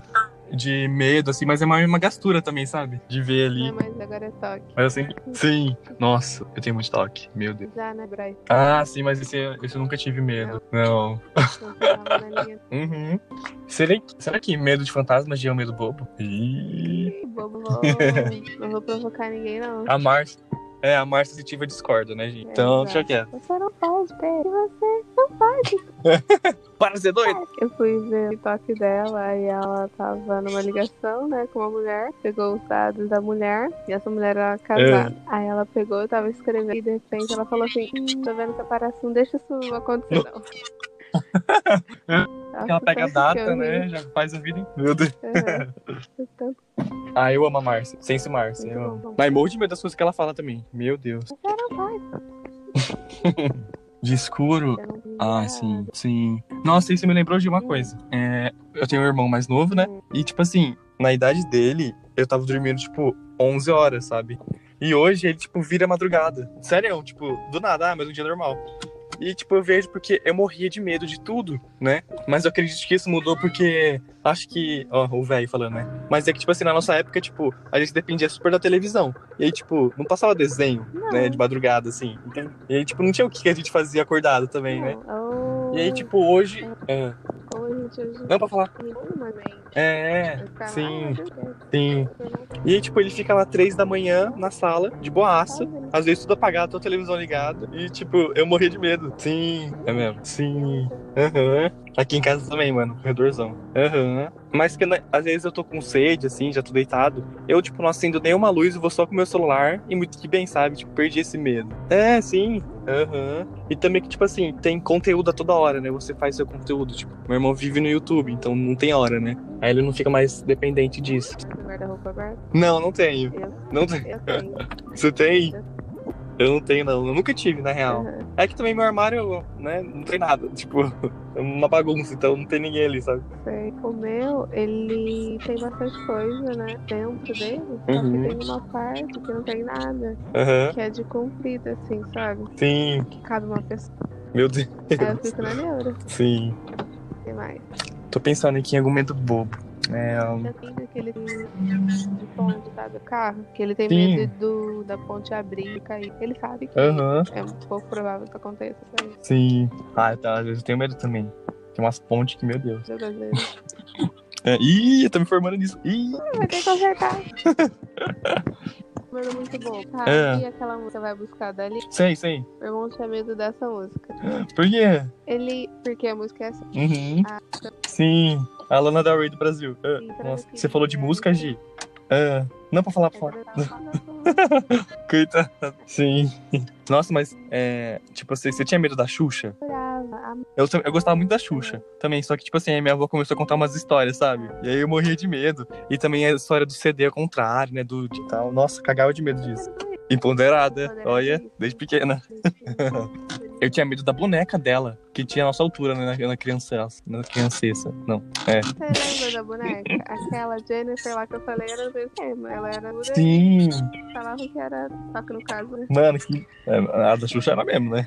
[SPEAKER 2] de medo, assim, mas é uma, uma gastura também, sabe? De ver
[SPEAKER 1] Não é
[SPEAKER 2] ali.
[SPEAKER 1] mais agora é toque.
[SPEAKER 2] Mas eu sempre. Sim. Nossa, eu tenho muito toque. Meu Deus.
[SPEAKER 1] Já, né, Bryce?
[SPEAKER 2] Ah, sim, mas esse, esse eu nunca tive medo. Não.
[SPEAKER 1] Eu tava na linha
[SPEAKER 2] Uhum. Será, que- será que medo de fantasmas já é um medo bobo? Ih.
[SPEAKER 1] do bobo. vou- Não vou provocar ninguém, não.
[SPEAKER 2] A Márcia. É, a Márcia sentiva discorda, né, gente?
[SPEAKER 1] É,
[SPEAKER 2] Então,
[SPEAKER 1] exato.
[SPEAKER 2] deixa quieto.
[SPEAKER 1] Você não pode ter. Você...
[SPEAKER 2] Para de ser doido!
[SPEAKER 1] Eu fui ver o TikTok dela e ela tava numa ligação, né, com uma mulher. Pegou os dados da mulher e essa mulher era casada. Aí ela pegou, eu tava escrevendo e de repente ela falou assim: "Hum, tô vendo que aparece, não deixa isso acontecer, não. Nossa,
[SPEAKER 2] Ela pega
[SPEAKER 1] tanto
[SPEAKER 2] a
[SPEAKER 1] que
[SPEAKER 2] data,
[SPEAKER 1] eu É,
[SPEAKER 2] né?
[SPEAKER 1] ri.
[SPEAKER 2] Já faz a vida. Meu Deus.
[SPEAKER 1] Aham. Eu tanto
[SPEAKER 2] Ah, eu amo a Márcia. Sense Márcia.
[SPEAKER 1] Muito
[SPEAKER 2] Eu
[SPEAKER 1] bom,
[SPEAKER 2] amo.
[SPEAKER 1] bom.
[SPEAKER 2] Mas morro de medo das coisas que ela fala também. Meu Deus.
[SPEAKER 1] Você não vai,
[SPEAKER 2] De escuro.
[SPEAKER 1] você não vi
[SPEAKER 2] Ah,
[SPEAKER 1] nada.
[SPEAKER 2] sim, sim. Nossa, isso me lembrou de uma coisa. É, eu tenho um irmão mais novo, né? E, tipo assim, na idade dele, eu tava dormindo, tipo, 11 horas, sabe? E hoje ele, tipo, vira madrugada. Sério, tipo, do nada, ah, mas um dia normal. E, tipo, eu vejo porque eu morria de medo de tudo, né? Mas eu acredito que isso mudou porque. Acho que. Ó, o velho falando, né? Mas é que, tipo assim, na nossa época, tipo, a gente dependia super da televisão. E aí, tipo, não passava desenho,
[SPEAKER 1] Não.
[SPEAKER 2] né? De madrugada, assim. Então, e aí, tipo, não tinha o que a gente fazia acordado também, né?
[SPEAKER 1] Não,
[SPEAKER 2] E aí, tipo, hoje.
[SPEAKER 1] Hoje, hoje,
[SPEAKER 2] Não, pra falar.
[SPEAKER 1] Não, também.
[SPEAKER 2] É,
[SPEAKER 1] Eu ficava,
[SPEAKER 2] Sim.
[SPEAKER 1] "Ai, meu Deus,
[SPEAKER 2] sim.
[SPEAKER 1] eu não tô
[SPEAKER 2] E aí, tipo, ele fica lá três da manhã na sala, de boaça.
[SPEAKER 1] fazendo".
[SPEAKER 2] Às vezes tudo apagado, toda a televisão ligada. E, tipo, eu morri de medo. Sim, é mesmo. Sim. Aham. Aqui em casa também, mano. Corredorzão. Aham. Mas que, né, às vezes eu tô com sede, assim, já tô deitado. Eu, tipo, não acendo nenhuma luz, eu vou só com meu celular. E muito que bem, sabe? Tipo, perdi esse medo. É, sim. Aham. E também que, tipo assim, tem conteúdo a toda hora, né? Você faz seu conteúdo. Tipo, meu irmão vive no YouTube, então não tem hora, né? Aí ele não fica mais dependente disso.
[SPEAKER 1] Tem guarda-roupa aberto?
[SPEAKER 2] Não, não tenho.
[SPEAKER 1] Eu,
[SPEAKER 2] Não tenho.
[SPEAKER 1] eu tenho.
[SPEAKER 2] Você tem? Eu não tenho, não. Eu nunca tive, na real.
[SPEAKER 1] Aham.
[SPEAKER 2] É que também meu armário, né, não tem nada. Tipo, é uma bagunça, então não tem ninguém ali, sabe?
[SPEAKER 1] Sei. O meu, ele tem bastante coisa, né? Dentro dele. Só
[SPEAKER 2] Uhum.
[SPEAKER 1] que tem uma parte que não tem nada.
[SPEAKER 2] Aham.
[SPEAKER 1] Que é de comprida, assim, sabe?
[SPEAKER 2] Sim.
[SPEAKER 1] Que cabe uma pessoa.
[SPEAKER 2] Meu Deus.
[SPEAKER 1] Aí eu fico na neura.
[SPEAKER 2] Sim.
[SPEAKER 1] O que mais?
[SPEAKER 2] Tô pensando aqui em algum medo bobo. É,
[SPEAKER 1] Eu tenho aquele de ponte, sabe? O carro. Que ele tem
[SPEAKER 2] Sim.
[SPEAKER 1] medo do, da ponte abrir e cair. Ele sabe que
[SPEAKER 2] Aham.
[SPEAKER 1] é um pouco provável que aconteça pra isso.
[SPEAKER 2] Sim. Ah, tá. Às vezes eu tenho medo também. Tem umas pontes que, meu Deus.
[SPEAKER 1] Todas as vezes. Ah,
[SPEAKER 2] É, ih, eu tô me formando nisso. Ih.
[SPEAKER 1] Vai ter que consertar. Meu irmão é muito bom. Sabe?
[SPEAKER 2] É.
[SPEAKER 1] E aquela música vai buscar dali?
[SPEAKER 2] Sei, sei.
[SPEAKER 1] Meu irmão tinha medo dessa música.
[SPEAKER 2] Por quê?
[SPEAKER 1] Ele. Porque a música é assim.
[SPEAKER 2] Uhum.
[SPEAKER 1] Ah,
[SPEAKER 2] Sim. A Lana Del Rey do Brasil. Ah,
[SPEAKER 1] Sim, pra
[SPEAKER 2] nossa.
[SPEAKER 1] mim que-
[SPEAKER 2] Você falou de música, Gi? Ah, não, pra falar, pra falar.
[SPEAKER 1] É.
[SPEAKER 2] Coitado. Sim. Nossa, mas é. Tipo assim, você tinha medo da Xuxa?
[SPEAKER 1] Adorava, amava.
[SPEAKER 2] Eu, tam- eu gostava muito da Xuxa também, só que, tipo assim, a minha avó começou a contar umas histórias, sabe? E aí eu morria de medo. E também a história do CD ao contrário, né? Do de tal. Nossa, cagava de medo disso. Empoderada, olha, desde pequena. Eu tinha medo da boneca dela, que tinha a nossa altura, né? Na, na criança. Na criancessa. Não.
[SPEAKER 1] Você lembra da boneca? Aquela Jennifer lá que eu falei era do mesmo tema. Ela era boneca.
[SPEAKER 2] Sim!
[SPEAKER 1] Falavam que era. Só que no caso, né?
[SPEAKER 2] Mano, que. é, A da Xuxa era mesmo, né?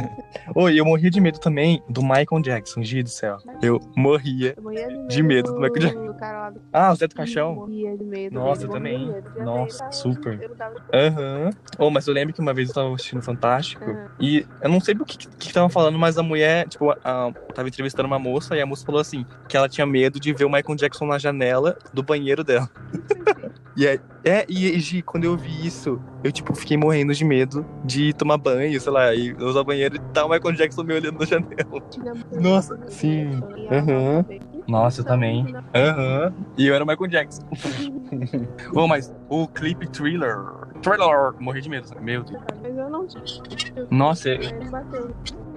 [SPEAKER 2] Oi, eu morria de medo também do Michael Jackson, Gi do céu. Eu morria
[SPEAKER 1] Eu morria
[SPEAKER 2] De medo, como é que eu já-
[SPEAKER 1] do cara lá do
[SPEAKER 2] Ah, o Zé do Caixão?
[SPEAKER 1] Morria de medo.
[SPEAKER 2] Nossa, eu
[SPEAKER 1] morria
[SPEAKER 2] também.
[SPEAKER 1] de medo. Já
[SPEAKER 2] Nossa,
[SPEAKER 1] tava-
[SPEAKER 2] super.
[SPEAKER 1] Eu não dava
[SPEAKER 2] Aham. Oh, mas eu lembro que uma vez eu tava assistindo Fantástico
[SPEAKER 1] Aham.
[SPEAKER 2] e eu não sei do que, que, que tava falando, mas a mulher, tipo, a- a- tava entrevistando uma moça e a moça falou assim que ela tinha medo de ver o Michael Jackson na janela do banheiro dela. e aí, é, e Gi, quando eu vi isso, eu tipo fiquei morrendo de medo de tomar banho, sei lá, e usar o banheiro e tá o Michael Jackson me olhando na janela.
[SPEAKER 1] tinha muito
[SPEAKER 2] Nossa,
[SPEAKER 1] medo.
[SPEAKER 2] sim.
[SPEAKER 1] E ela
[SPEAKER 2] Aham.
[SPEAKER 1] tava bem.
[SPEAKER 2] Nossa, eu
[SPEAKER 1] Então,
[SPEAKER 2] também.
[SPEAKER 1] não-
[SPEAKER 2] Aham. E eu era o Michael Jackson. Bom, mas o clipe Thriller. Thriller! Morri de medo. sabe? Meu Deus.
[SPEAKER 1] Mas eu não tinha.
[SPEAKER 2] Nossa,
[SPEAKER 1] Aí não bateu.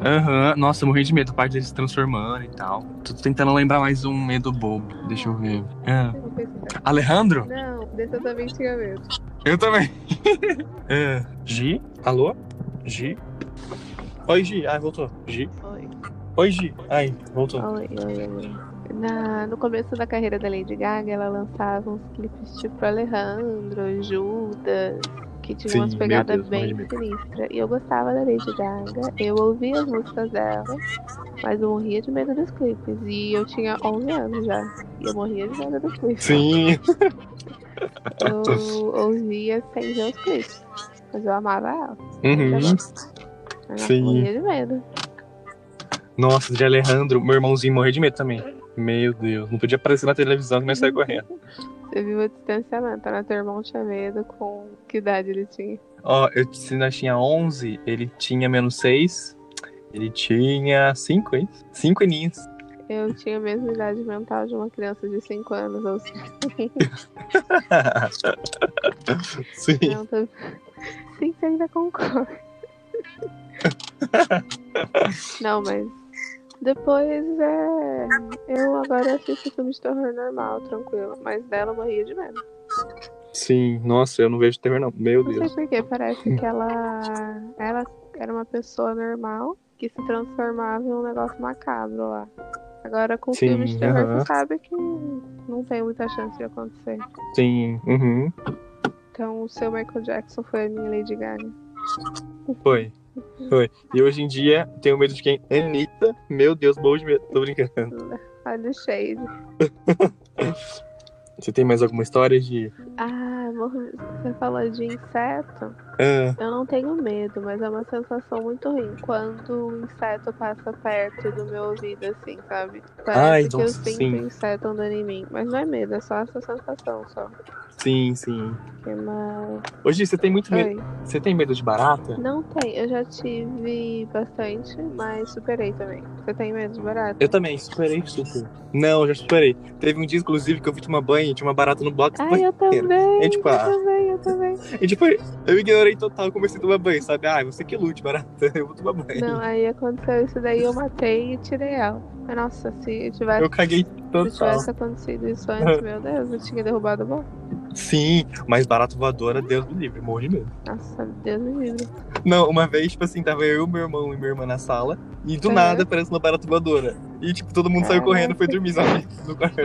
[SPEAKER 2] Aham, nossa, eu morri de medo, a parte dele se transformando e tal. Tô tentando lembrar mais um medo bobo, deixa eu ver. Ah,
[SPEAKER 1] Eu pensei,
[SPEAKER 2] Alejandro?
[SPEAKER 1] Não, desse eu também tinha medo.
[SPEAKER 2] Eu também. Ah, Gi? Alô? Gi? Oi, Gi. Ai, voltou. Gi?
[SPEAKER 1] Oi.
[SPEAKER 2] Oi, Gi. Ai, voltou.
[SPEAKER 1] Oi, oi, oi. Na, no começo da carreira da Lady Gaga, ela lançava uns clipes tipo Alejandro, Judas, que tinha
[SPEAKER 2] Sim,
[SPEAKER 1] umas
[SPEAKER 2] meu
[SPEAKER 1] pegadas
[SPEAKER 2] Deus,
[SPEAKER 1] bem
[SPEAKER 2] morri
[SPEAKER 1] sinistras. E eu gostava da Lady Gaga, eu ouvia as músicas dela, mas eu morria de medo dos clipes. E eu tinha 11 anos já, e eu morria de medo dos clipes.
[SPEAKER 2] Sim.
[SPEAKER 1] Eu ouvia sem ver os clipes, mas eu amava ela.
[SPEAKER 2] Uhum.
[SPEAKER 1] Eu
[SPEAKER 2] Sim.
[SPEAKER 1] morria de medo.
[SPEAKER 2] Nossa, de Alejandro, meu irmãozinho morreu de medo também. Meu Deus, não podia aparecer na televisão que nós saímos correndo.
[SPEAKER 1] Você viu o distanciamento, né? Teu irmão tinha medo com que idade ele tinha.
[SPEAKER 2] Ó, eu, se nós tinha 11, ele tinha menos 6, ele tinha 5, hein? 5 aninhos.
[SPEAKER 1] Eu tinha a mesma idade mental de uma criança de 5 anos, ou seja,
[SPEAKER 2] Sim.
[SPEAKER 1] não, tô... sim, você ainda concorda. não, mas depois é. Eu agora assisto filme de terror normal, tranquilo. Mas dela eu morria de medo.
[SPEAKER 2] Sim, nossa, eu não vejo terror, não. Meu
[SPEAKER 1] Não sei
[SPEAKER 2] Deus.
[SPEAKER 1] porquê, parece que ela. Ela era uma pessoa normal que se transformava em um negócio macabro lá. Agora com
[SPEAKER 2] Sim,
[SPEAKER 1] filmes de terror
[SPEAKER 2] aham.
[SPEAKER 1] você sabe que não tem muita chance de acontecer.
[SPEAKER 2] Sim, uhum.
[SPEAKER 1] Então o seu Michael Jackson foi a minha Lady Gaga.
[SPEAKER 2] Foi. Foi. E hoje em dia, tenho medo de quem? Anitta. Meu Deus, bom de medo. Tô brincando.
[SPEAKER 1] Olha o shade.
[SPEAKER 2] Você tem mais alguma história de.
[SPEAKER 1] Ah, amor, você falou de inseto.
[SPEAKER 2] Ah,
[SPEAKER 1] Eu não tenho medo, mas é uma sensação muito ruim quando um inseto passa perto do meu ouvido, assim, sabe? Parece que eu
[SPEAKER 2] nossa,
[SPEAKER 1] sinto
[SPEAKER 2] sim.
[SPEAKER 1] um inseto andando em mim. Mas não é medo, é só essa sensação só.
[SPEAKER 2] sim, sim.
[SPEAKER 1] Que mais?
[SPEAKER 2] Hoje você tem muito medo.
[SPEAKER 1] Oi.
[SPEAKER 2] Você tem medo de barata?
[SPEAKER 1] Não tem, eu já tive bastante, mas superei também. Você tem medo de barata?
[SPEAKER 2] Eu também, superei super. Não, eu já superei. Teve um dia, inclusive, que eu vi uma banha, tinha uma barata no bloco.
[SPEAKER 1] Ai, eu também!
[SPEAKER 2] É tipo,
[SPEAKER 1] eu
[SPEAKER 2] ah.
[SPEAKER 1] também, eu também.
[SPEAKER 2] E tipo, eu ignorei total, comecei a tomar banho, sabe? Ah, você que lute, barata, eu vou tomar banho.
[SPEAKER 1] Não, aí aconteceu isso daí, eu matei e tirei ela. Mas, Nossa, se eu tivesse,
[SPEAKER 2] Eu caguei
[SPEAKER 1] se
[SPEAKER 2] total.
[SPEAKER 1] tivesse acontecido isso antes, meu Deus, eu tinha derrubado o bom.
[SPEAKER 2] Sim, mas barata voadora, Deus me livre, morro de medo.
[SPEAKER 1] Nossa, Deus me livre.
[SPEAKER 2] Não, uma vez, tipo assim, tava eu, meu irmão e minha irmã na sala, e do
[SPEAKER 1] Uhum.
[SPEAKER 2] nada aparece uma barata voadora. E, tipo, todo mundo saiu
[SPEAKER 1] Caraca.
[SPEAKER 2] correndo, foi dormir sabe? no quarto.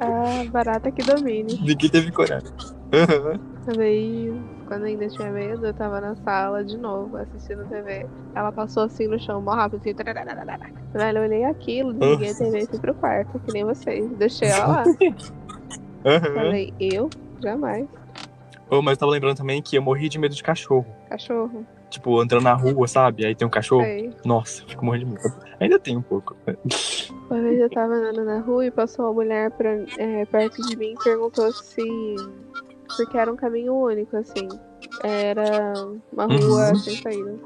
[SPEAKER 1] Ah, barata que domine.
[SPEAKER 2] Ninguém teve coragem. Aham.
[SPEAKER 1] Também, quando ainda tinha medo, eu tava na sala de novo, assistindo TV. Ela passou assim no chão, mó rápido, assim. tararararara. Velho, eu olhei aquilo, desliguei a TV e fui pro quarto, que nem vocês. Deixei ela lá.
[SPEAKER 2] Aham.
[SPEAKER 1] Falei, eu? Jamais.
[SPEAKER 2] Oh, mas eu tava lembrando também que eu morri de medo de cachorro.
[SPEAKER 1] Cachorro,
[SPEAKER 2] Tipo, andando na rua, sabe? Aí tem um cachorro.
[SPEAKER 1] sei.
[SPEAKER 2] Nossa, eu fico morrendo de medo. Ainda tem um pouco.
[SPEAKER 1] Uma vez eu tava andando na rua e passou uma mulher pra, é, perto de mim e perguntou se. Porque era um caminho único, assim. Era uma rua
[SPEAKER 2] Uhum.
[SPEAKER 1] sem saída.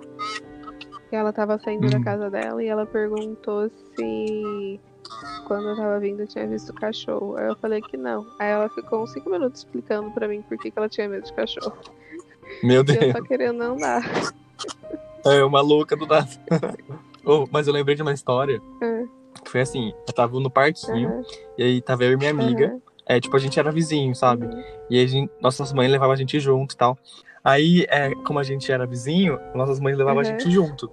[SPEAKER 1] E ela tava saindo da
[SPEAKER 2] Hum.
[SPEAKER 1] casa dela e ela perguntou se. Quando eu tava vindo eu tinha visto cachorro. Aí eu falei que não. Aí ela ficou uns 5 minutos explicando pra mim por que, que ela tinha medo de cachorro.
[SPEAKER 2] Meu
[SPEAKER 1] E eu
[SPEAKER 2] Deus,
[SPEAKER 1] só querendo andar.
[SPEAKER 2] é uma louca do nada. oh, mas eu lembrei de uma história.
[SPEAKER 1] Hum.
[SPEAKER 2] Foi assim, eu tava no parquinho,
[SPEAKER 1] Aham,
[SPEAKER 2] e aí tava eu e minha amiga.
[SPEAKER 1] aham.
[SPEAKER 2] É, tipo, a gente era vizinho, sabe?
[SPEAKER 1] Uhum.
[SPEAKER 2] E a gente, nossas mães levavam a gente junto e tal. Aí, é, como a gente era vizinho, nossas mães levavam a
[SPEAKER 1] Uhum.
[SPEAKER 2] gente junto.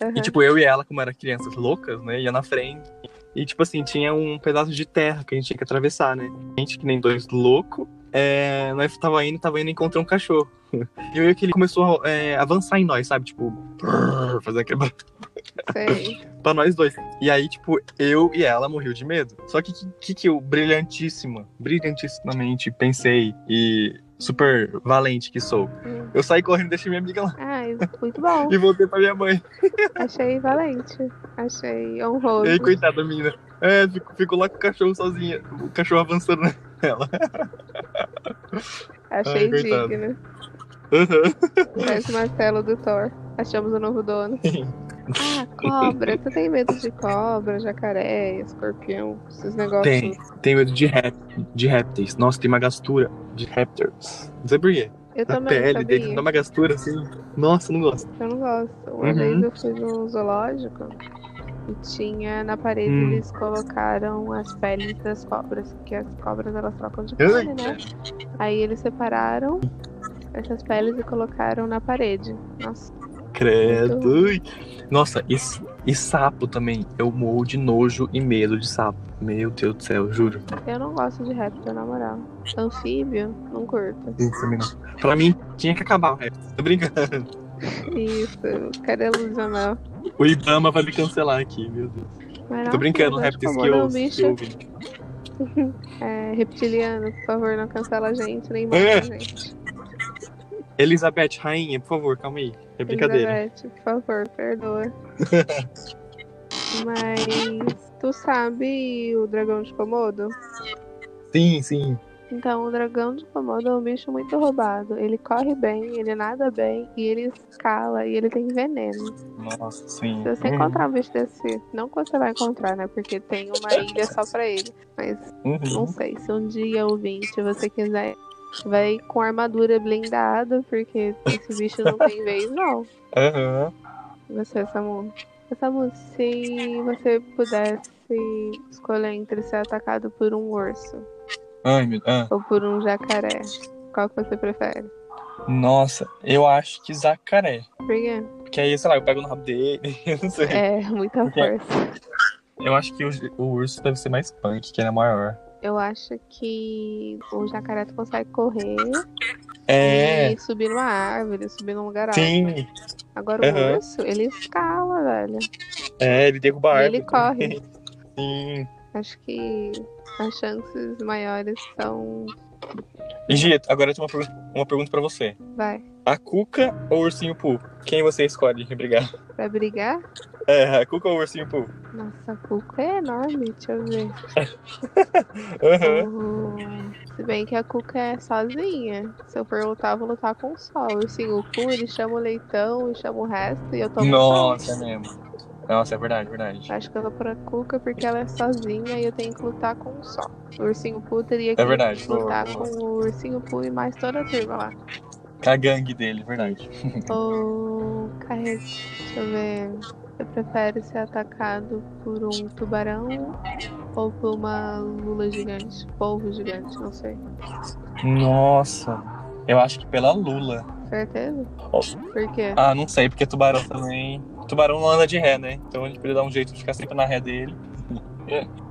[SPEAKER 1] Aham.
[SPEAKER 2] E, tipo, eu e ela, como era crianças loucas, né, ia na frente. E, tipo assim, tinha um pedaço de terra que a gente tinha que atravessar, né? A gente, que nem dois louco, é, nós tava indo, tava indo encontrar um cachorro. E eu vi que ele começou a é, avançar em nós, sabe? Tipo, brrr, fazer aquele barulho
[SPEAKER 1] Sei.
[SPEAKER 2] pra nós dois. E aí, tipo, eu e ela morreu de medo. Só que que, que, que eu, brilhantíssima, brilhantissimamente pensei e super valente que sou.
[SPEAKER 1] Hum.
[SPEAKER 2] Eu saí correndo, deixei minha amiga lá
[SPEAKER 1] Ai, muito bom.
[SPEAKER 2] e voltei pra minha mãe.
[SPEAKER 1] Achei valente. Achei honroso.
[SPEAKER 2] E aí, coitada da menina. É, ficou, ficou lá com o cachorro sozinha. O cachorro avançando nela.
[SPEAKER 1] Achei
[SPEAKER 2] Ai, coitado.
[SPEAKER 1] digno.
[SPEAKER 2] Aham.
[SPEAKER 1] Faz o martelo do Thor. Achamos o novo dono. Ah, cobra. Tu tem medo de cobra, jacaré, escorpião, esses negócios?
[SPEAKER 2] Tem, tem medo de, rap, de répteis. Nossa, tem uma gastura de répteis. Não sei por quê.
[SPEAKER 1] Eu
[SPEAKER 2] A
[SPEAKER 1] também,
[SPEAKER 2] pele
[SPEAKER 1] sabia?
[SPEAKER 2] dele dá uma gastura assim. Nossa, não gosto.
[SPEAKER 1] Eu não gosto. Uma
[SPEAKER 2] Uhum.
[SPEAKER 1] vez eu fui num zoológico e tinha na parede
[SPEAKER 2] Hum.
[SPEAKER 1] eles colocaram as peles das cobras, porque as cobras elas trocam de
[SPEAKER 2] Ai.
[SPEAKER 1] pele, né? Aí eles separaram essas peles e colocaram na parede. Nossa, Muito
[SPEAKER 2] Credo.
[SPEAKER 1] ruim.
[SPEAKER 2] Ui. Nossa, e, s- e sapo também. Eu morro de nojo e medo de sapo. Meu Deus do céu, juro.
[SPEAKER 1] eu não gosto de réptil, na moral. Anfíbio, não curto.
[SPEAKER 2] Isso também não. Pra mim, tinha que acabar o rap. Tô brincando.
[SPEAKER 1] Isso, cara ilusional.
[SPEAKER 2] O Ibama vai me cancelar aqui, meu Deus.
[SPEAKER 1] Mas
[SPEAKER 2] Tô
[SPEAKER 1] nossa,
[SPEAKER 2] brincando,
[SPEAKER 1] mas
[SPEAKER 2] rap que
[SPEAKER 1] como não,
[SPEAKER 2] eu,
[SPEAKER 1] bicho,
[SPEAKER 2] que eu ouvi.
[SPEAKER 1] é, reptiliano, por favor, não cancela a gente, nem mata
[SPEAKER 2] É,
[SPEAKER 1] a gente.
[SPEAKER 2] Elizabeth, rainha, por favor, calma aí. É brincadeira.
[SPEAKER 1] Elizabeth, por favor, perdoa. Mas tu sabe o dragão de Komodo?
[SPEAKER 2] Sim, sim.
[SPEAKER 1] Então, o dragão de Komodo é um bicho muito roubado. Ele corre bem, ele nada bem, e ele escala, e ele tem veneno.
[SPEAKER 2] Nossa, sim.
[SPEAKER 1] Se você
[SPEAKER 2] Uhum,
[SPEAKER 1] encontrar um bicho desse, não que você vai encontrar, né? Porque tem uma ilha só pra ele. Mas não
[SPEAKER 2] uhum.
[SPEAKER 1] sei, se um dia ouvinte você quiser, vai com armadura blindada, porque esse bicho não tem vez, não.
[SPEAKER 2] Aham.
[SPEAKER 1] Você, Samu. Samu, se você pudesse escolher entre ser atacado por um urso
[SPEAKER 2] Ai, meu ah.
[SPEAKER 1] ou por um jacaré, qual que você prefere?
[SPEAKER 2] Nossa, eu acho que Zacaré.
[SPEAKER 1] Por quê?
[SPEAKER 2] Porque aí, sei lá, eu pego no rabo dele, eu não sei.
[SPEAKER 1] É, muita
[SPEAKER 2] Porque-
[SPEAKER 1] força.
[SPEAKER 2] Eu acho que o, o urso deve ser mais punk, que ele é maior.
[SPEAKER 1] Eu acho que o jacaré tu consegue correr
[SPEAKER 2] É.
[SPEAKER 1] e subir numa árvore, subir num lugar alto.
[SPEAKER 2] Sim,
[SPEAKER 1] Agora o
[SPEAKER 2] Aham.
[SPEAKER 1] urso, ele escala, velho.
[SPEAKER 2] é, ele derruba a
[SPEAKER 1] E
[SPEAKER 2] árvore.
[SPEAKER 1] ele corre.
[SPEAKER 2] Sim.
[SPEAKER 1] Acho que As chances maiores são.
[SPEAKER 2] Gito, agora eu tenho uma, pergu- uma pergunta pra você.
[SPEAKER 1] Vai,
[SPEAKER 2] A Cuca ou o Ursinho Poo? Quem você escolhe? Obrigado.
[SPEAKER 1] pra brigar?
[SPEAKER 2] É, a Cuca ou o Ursinho Poo?
[SPEAKER 1] Nossa, a cuca é enorme, deixa eu ver.
[SPEAKER 2] Aham.
[SPEAKER 1] O- Se bem que a cuca é sozinha. Se eu for lutar, eu vou lutar com o sol. Assim, o cu, ele chama o leitão, ele chama o resto e eu tomo
[SPEAKER 2] Nossa, é
[SPEAKER 1] sol.
[SPEAKER 2] mesmo. Nossa, é verdade, verdade.
[SPEAKER 1] Acho que eu vou pra Cuca porque ela é sozinha e eu tenho que lutar com um só. O ursinho Poo teria que
[SPEAKER 2] É verdade, boa,
[SPEAKER 1] lutar
[SPEAKER 2] boa.
[SPEAKER 1] com o ursinho Poo e mais toda a turma lá.
[SPEAKER 2] Com a gangue dele, verdade. Uhum.
[SPEAKER 1] Ou. Carrega. Deixa eu ver. Eu prefiro ser atacado por um tubarão ou por uma lula gigante. Polvo gigante, não sei.
[SPEAKER 2] Nossa. Eu acho que pela Lula.
[SPEAKER 1] Certeza? Por quê?
[SPEAKER 2] Ah, não sei, porque tubarão também. Tubarão não anda de ré, né? Então ele podia dar um jeito de ficar sempre na ré dele.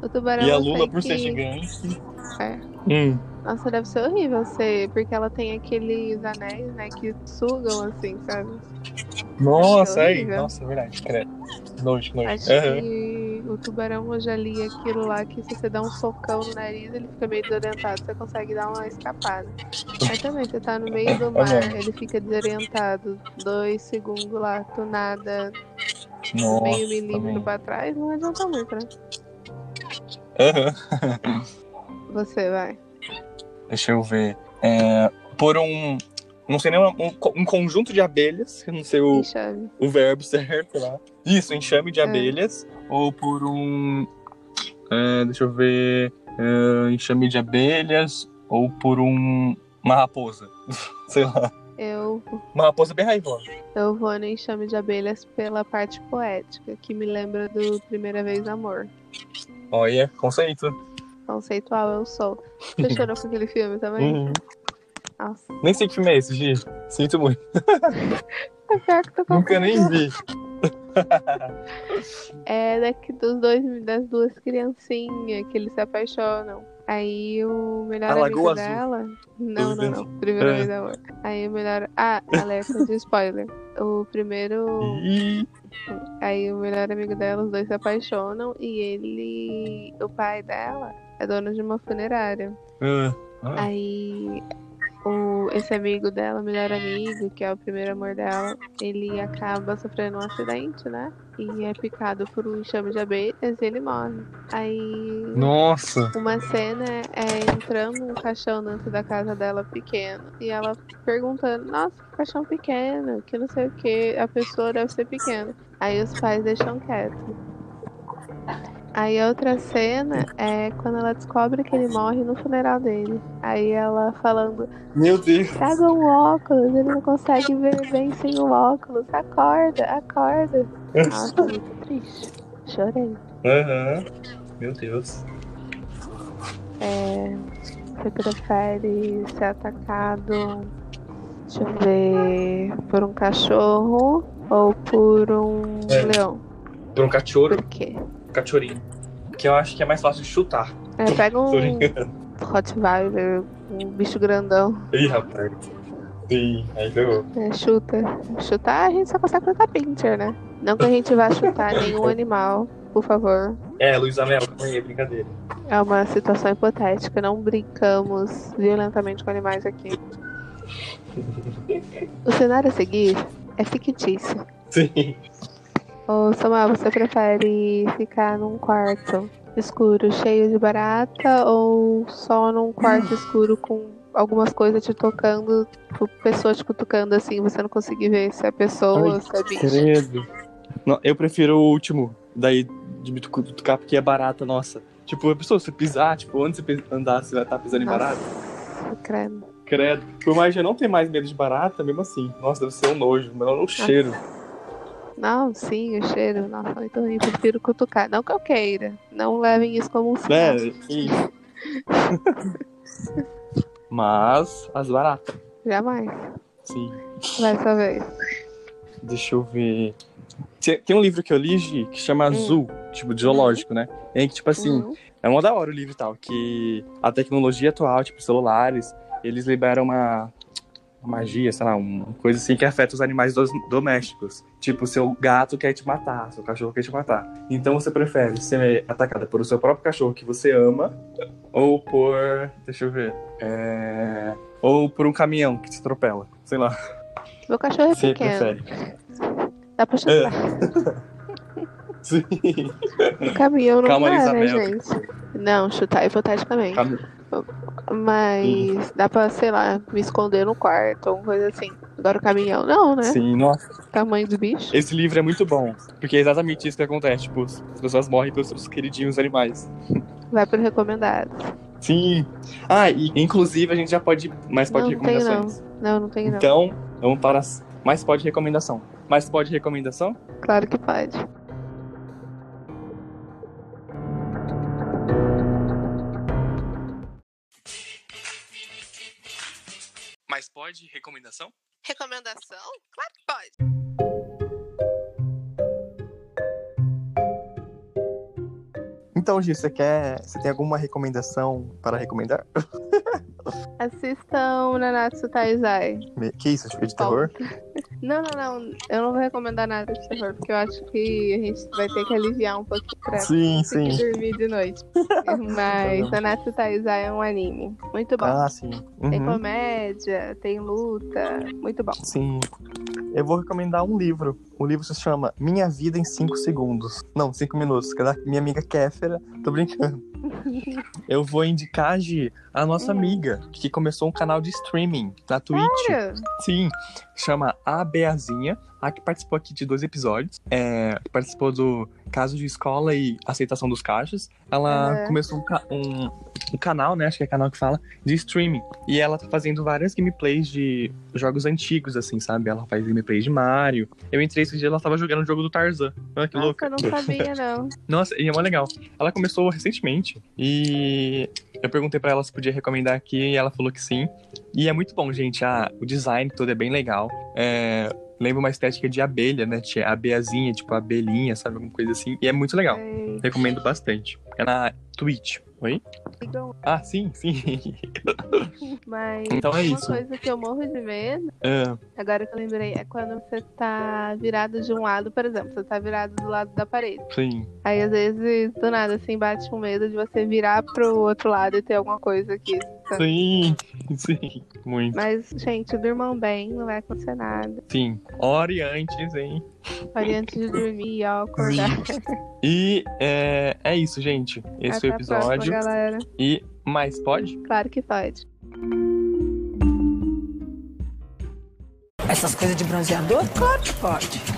[SPEAKER 1] O tubarão.
[SPEAKER 2] E a
[SPEAKER 1] eu sei
[SPEAKER 2] Lula, por ser
[SPEAKER 1] que-
[SPEAKER 2] gigante.
[SPEAKER 1] É.
[SPEAKER 2] Hum.
[SPEAKER 1] Nossa, deve ser horrível ser. Porque ela tem aqueles anéis, né? Que sugam assim, sabe?
[SPEAKER 2] Nossa,
[SPEAKER 1] Achei
[SPEAKER 2] aí.
[SPEAKER 1] horrível.
[SPEAKER 2] Nossa, é verdade. Credo. Nojo, nojo.
[SPEAKER 1] Acho
[SPEAKER 2] Aham.
[SPEAKER 1] que o tubarão eu já li aquilo lá que se você dá um socão no nariz, ele fica meio desorientado, você consegue dar uma escapada. Mas também, você tá no meio do mar,
[SPEAKER 2] mesmo.
[SPEAKER 1] ele fica desorientado, dois segundos lá, tu nada, meio
[SPEAKER 2] Nossa,
[SPEAKER 1] milímetro
[SPEAKER 2] também.
[SPEAKER 1] pra trás, não adianta muito, né?
[SPEAKER 2] Aham.
[SPEAKER 1] Você vai.
[SPEAKER 2] Deixa eu ver. É, por um. Não sei nem uma- um, co- um conjunto de abelhas, eu não sei o,
[SPEAKER 1] Enxame.
[SPEAKER 2] o verbo certo lá. Isso, enxame de
[SPEAKER 1] É.
[SPEAKER 2] abelhas. Ou por um. é, deixa eu ver. é, enxame de abelhas. Ou por um. Uma raposa. sei lá.
[SPEAKER 1] Eu,
[SPEAKER 2] Uma raposa bem raivosa.
[SPEAKER 1] eu vou no enxame de abelhas pela parte poética, que me lembra do Primeira Vez Amor.
[SPEAKER 2] Olha, conceito.
[SPEAKER 1] Conceitual eu sou. Você chorou com aquele filme também?
[SPEAKER 2] Uhum.
[SPEAKER 1] Nossa,
[SPEAKER 2] Nem sei que filme é esse, Gi. Sinto muito.
[SPEAKER 1] é pior que tô
[SPEAKER 2] Nunca nem vi.
[SPEAKER 1] É daqui dos dois, das duas criancinhas que eles se apaixonam. Aí o melhor
[SPEAKER 2] A
[SPEAKER 1] amigo
[SPEAKER 2] Lagoa Azul.
[SPEAKER 1] dela. Não, não, não.
[SPEAKER 2] É.
[SPEAKER 1] Primeira vez amor. Aí o melhor. Ah, alerta de spoiler. O primeiro.
[SPEAKER 2] Ih,
[SPEAKER 1] Aí o melhor amigo dela, os dois se apaixonam e ele. O pai dela é dono de uma funerária.
[SPEAKER 2] ah, ah.
[SPEAKER 1] Aí o, esse amigo dela, o melhor amigo, que é o primeiro amor dela, ele acaba sofrendo um acidente, né? E é picado por um enxame de abelhas e ele morre. Aí
[SPEAKER 2] Nossa.
[SPEAKER 1] uma cena é entrando um caixão dentro da casa dela pequeno e ela perguntando, nossa, que caixão pequeno, que não sei o que, a pessoa deve ser pequena. Aí os pais deixam quieto. Aí a outra cena é quando ela descobre que ele morre no funeral dele. Aí ela falando,
[SPEAKER 2] Meu Deus.
[SPEAKER 1] traga um óculos, ele não consegue ver bem sem o óculos. Acorda, acorda. Nossa, muito triste. Chorei.
[SPEAKER 2] Aham. Meu Deus.
[SPEAKER 1] Você prefere ser atacado, deixa eu ver, por um cachorro ou por um
[SPEAKER 2] É.
[SPEAKER 1] leão?
[SPEAKER 2] Por um cachorro,
[SPEAKER 1] Por quê?
[SPEAKER 2] cachorinho. Que eu acho que é mais fácil de chutar.
[SPEAKER 1] É, pega
[SPEAKER 2] Tô
[SPEAKER 1] um
[SPEAKER 2] brincando.
[SPEAKER 1] Rottweiler, um bicho grandão,
[SPEAKER 2] Ih, rapaz. Sim, aí pegou.
[SPEAKER 1] né? Chuta. Chutar a gente só consegue com a pincher, né? Não que a gente vá chutar nenhum animal, por favor.
[SPEAKER 2] É, Luísa Mel, calma aí, brincadeira.
[SPEAKER 1] É uma situação hipotética, não brincamos violentamente com animais aqui. O cenário a seguir é fictício.
[SPEAKER 2] Sim.
[SPEAKER 1] Ô, Samuel, você prefere ficar num quarto escuro cheio de barata ou só num quarto escuro com algumas coisas te tocando, tipo, pessoas te cutucando assim, você não conseguir ver se é pessoa ou se é bicho?
[SPEAKER 2] Credo. Não, eu prefiro o último. Daí de me tucu- tucar porque é barata, nossa. Tipo, a pessoa, se pisar, tipo, onde você pis- andar, você vai estar pisando em barata.
[SPEAKER 1] Nossa, credo.
[SPEAKER 2] Credo. Por mais que eu não tenha mais medo de barata, mesmo assim. Nossa, deve ser um nojo. Mas não o cheiro.
[SPEAKER 1] Não, sim, o cheiro. Nossa, muito ruim. Prefiro cutucar. Não que eu queira. Não levem isso como um sinal.
[SPEAKER 2] Né? Isso. mas as baratas.
[SPEAKER 1] Jamais.
[SPEAKER 2] Sim.
[SPEAKER 1] Vai saber.
[SPEAKER 2] Deixa eu ver. Tem tem um livro que eu li, Gi, que chama Azul, tipo, de zoológico, né? Em que, tipo assim,
[SPEAKER 1] Uhum.
[SPEAKER 2] é uma da hora o livro e tal, que a tecnologia atual, tipo, celulares, eles liberam uma, magia, sei lá, uma coisa assim que afeta os animais dos- domésticos. Tipo, seu gato quer te matar, seu cachorro quer te matar. Então você prefere ser atacada por o seu próprio cachorro que você ama ou por. Deixa eu ver. É. Ou por um caminhão que te atropela. Sei lá.
[SPEAKER 1] Meu cachorro é
[SPEAKER 2] Você
[SPEAKER 1] pequeno.
[SPEAKER 2] prefere.
[SPEAKER 1] Dá pra chutar.
[SPEAKER 2] Sim.
[SPEAKER 1] O caminhão não
[SPEAKER 2] Calma,
[SPEAKER 1] dá, né,
[SPEAKER 2] Isabel.
[SPEAKER 1] gente? Não, chutar hipoteticamente.
[SPEAKER 2] Cam-
[SPEAKER 1] Mas dá pra, sei lá, me esconder no quarto ou coisa assim. Agora o caminhão não, né?
[SPEAKER 2] Sim, nossa.
[SPEAKER 1] Tamanho do bicho.
[SPEAKER 2] Esse livro é muito bom. Porque é exatamente isso que acontece. Tipo, as pessoas morrem pelos seus queridinhos animais.
[SPEAKER 1] Vai pro recomendado.
[SPEAKER 2] Sim. Ah, e inclusive a gente já pode. Mas pode
[SPEAKER 1] Não, não tem,
[SPEAKER 2] recomendações.
[SPEAKER 1] Não, não tem não.
[SPEAKER 2] Então, vamos para as- mais pode recomendação. Mais pode recomendação?
[SPEAKER 1] Claro que pode.
[SPEAKER 2] Mais pode recomendação?
[SPEAKER 1] Recomendação? Claro que pode.
[SPEAKER 2] Então, Gil, você quer. Você tem alguma recomendação para recomendar?
[SPEAKER 1] Assistam Nanatsu Taizai.
[SPEAKER 2] Me- Que isso? Tipo de
[SPEAKER 1] Qual?
[SPEAKER 2] terror?
[SPEAKER 1] Não, não, não. Eu não vou recomendar nada de terror, porque eu acho que a gente vai ter que aliviar um pouco pra
[SPEAKER 2] Sim, Tá
[SPEAKER 1] conseguir dormir de noite. Mas Nanatsu Taizai é um anime. Muito bom.
[SPEAKER 2] Ah, sim.
[SPEAKER 1] Tem
[SPEAKER 2] Uhum.
[SPEAKER 1] comédia, tem luta. Muito bom.
[SPEAKER 2] Sim. Eu vou recomendar um livro. O livro se chama Minha Vida em 5 Segundos. Não, 5 minutos, que é da minha amiga Kéfera. Tô brincando. Eu vou indicar, Gi, a nossa
[SPEAKER 1] Hum.
[SPEAKER 2] amiga, que começou um canal de streaming na Twitch.
[SPEAKER 1] Sério?
[SPEAKER 2] Sim, chama A Beazinha, a que participou aqui de dois episódios. É, que participou do caso de escola e aceitação dos caixas. Ela
[SPEAKER 1] Aham.
[SPEAKER 2] começou um, ca- um- um canal, né? Acho que é canal que fala, de streaming. E ela tá fazendo várias gameplays de jogos antigos, assim, sabe? Ela faz gameplays de Mario. Eu entrei esse dia ela tava jogando o jogo do Tarzan. Olha que louco.
[SPEAKER 1] Nossa, eu não sabia, não.
[SPEAKER 2] Nossa, e é mó legal. Ela começou recentemente e eu perguntei pra ela se podia recomendar aqui e ela falou que sim. E é muito bom, gente. Ah, o design todo é bem legal. É, lembra uma estética de abelha, né? Tinha abelhazinha, tipo abelhinha, sabe? Alguma coisa assim. E é muito legal.
[SPEAKER 1] Sei.
[SPEAKER 2] Recomendo bastante. É na Twitch. Oi?
[SPEAKER 1] Sigam. um.
[SPEAKER 2] Ah, sim, sim.
[SPEAKER 1] Mas
[SPEAKER 2] Então é
[SPEAKER 1] uma
[SPEAKER 2] isso.
[SPEAKER 1] coisa que eu morro de medo
[SPEAKER 2] Ah,
[SPEAKER 1] Agora que eu lembrei, é quando você tá virado de um lado, por exemplo, você tá virado do lado da parede.
[SPEAKER 2] sim.
[SPEAKER 1] Aí às vezes, do nada, assim, bate um medo de você virar pro outro lado e ter alguma coisa aqui.
[SPEAKER 2] Sim, sim. Muito.
[SPEAKER 1] Mas, gente, durmam bem, não é vai acontecer nada.
[SPEAKER 2] Sim. Ore antes, hein?
[SPEAKER 1] Olha antes de dormir, ó, acordar.
[SPEAKER 2] E é, é isso, gente. Esse foi o
[SPEAKER 1] Até a próxima,
[SPEAKER 2] episódio.
[SPEAKER 1] galera.
[SPEAKER 2] E mais pode?
[SPEAKER 1] Claro que pode.
[SPEAKER 3] Essas coisas de bronzeador? Claro que pode.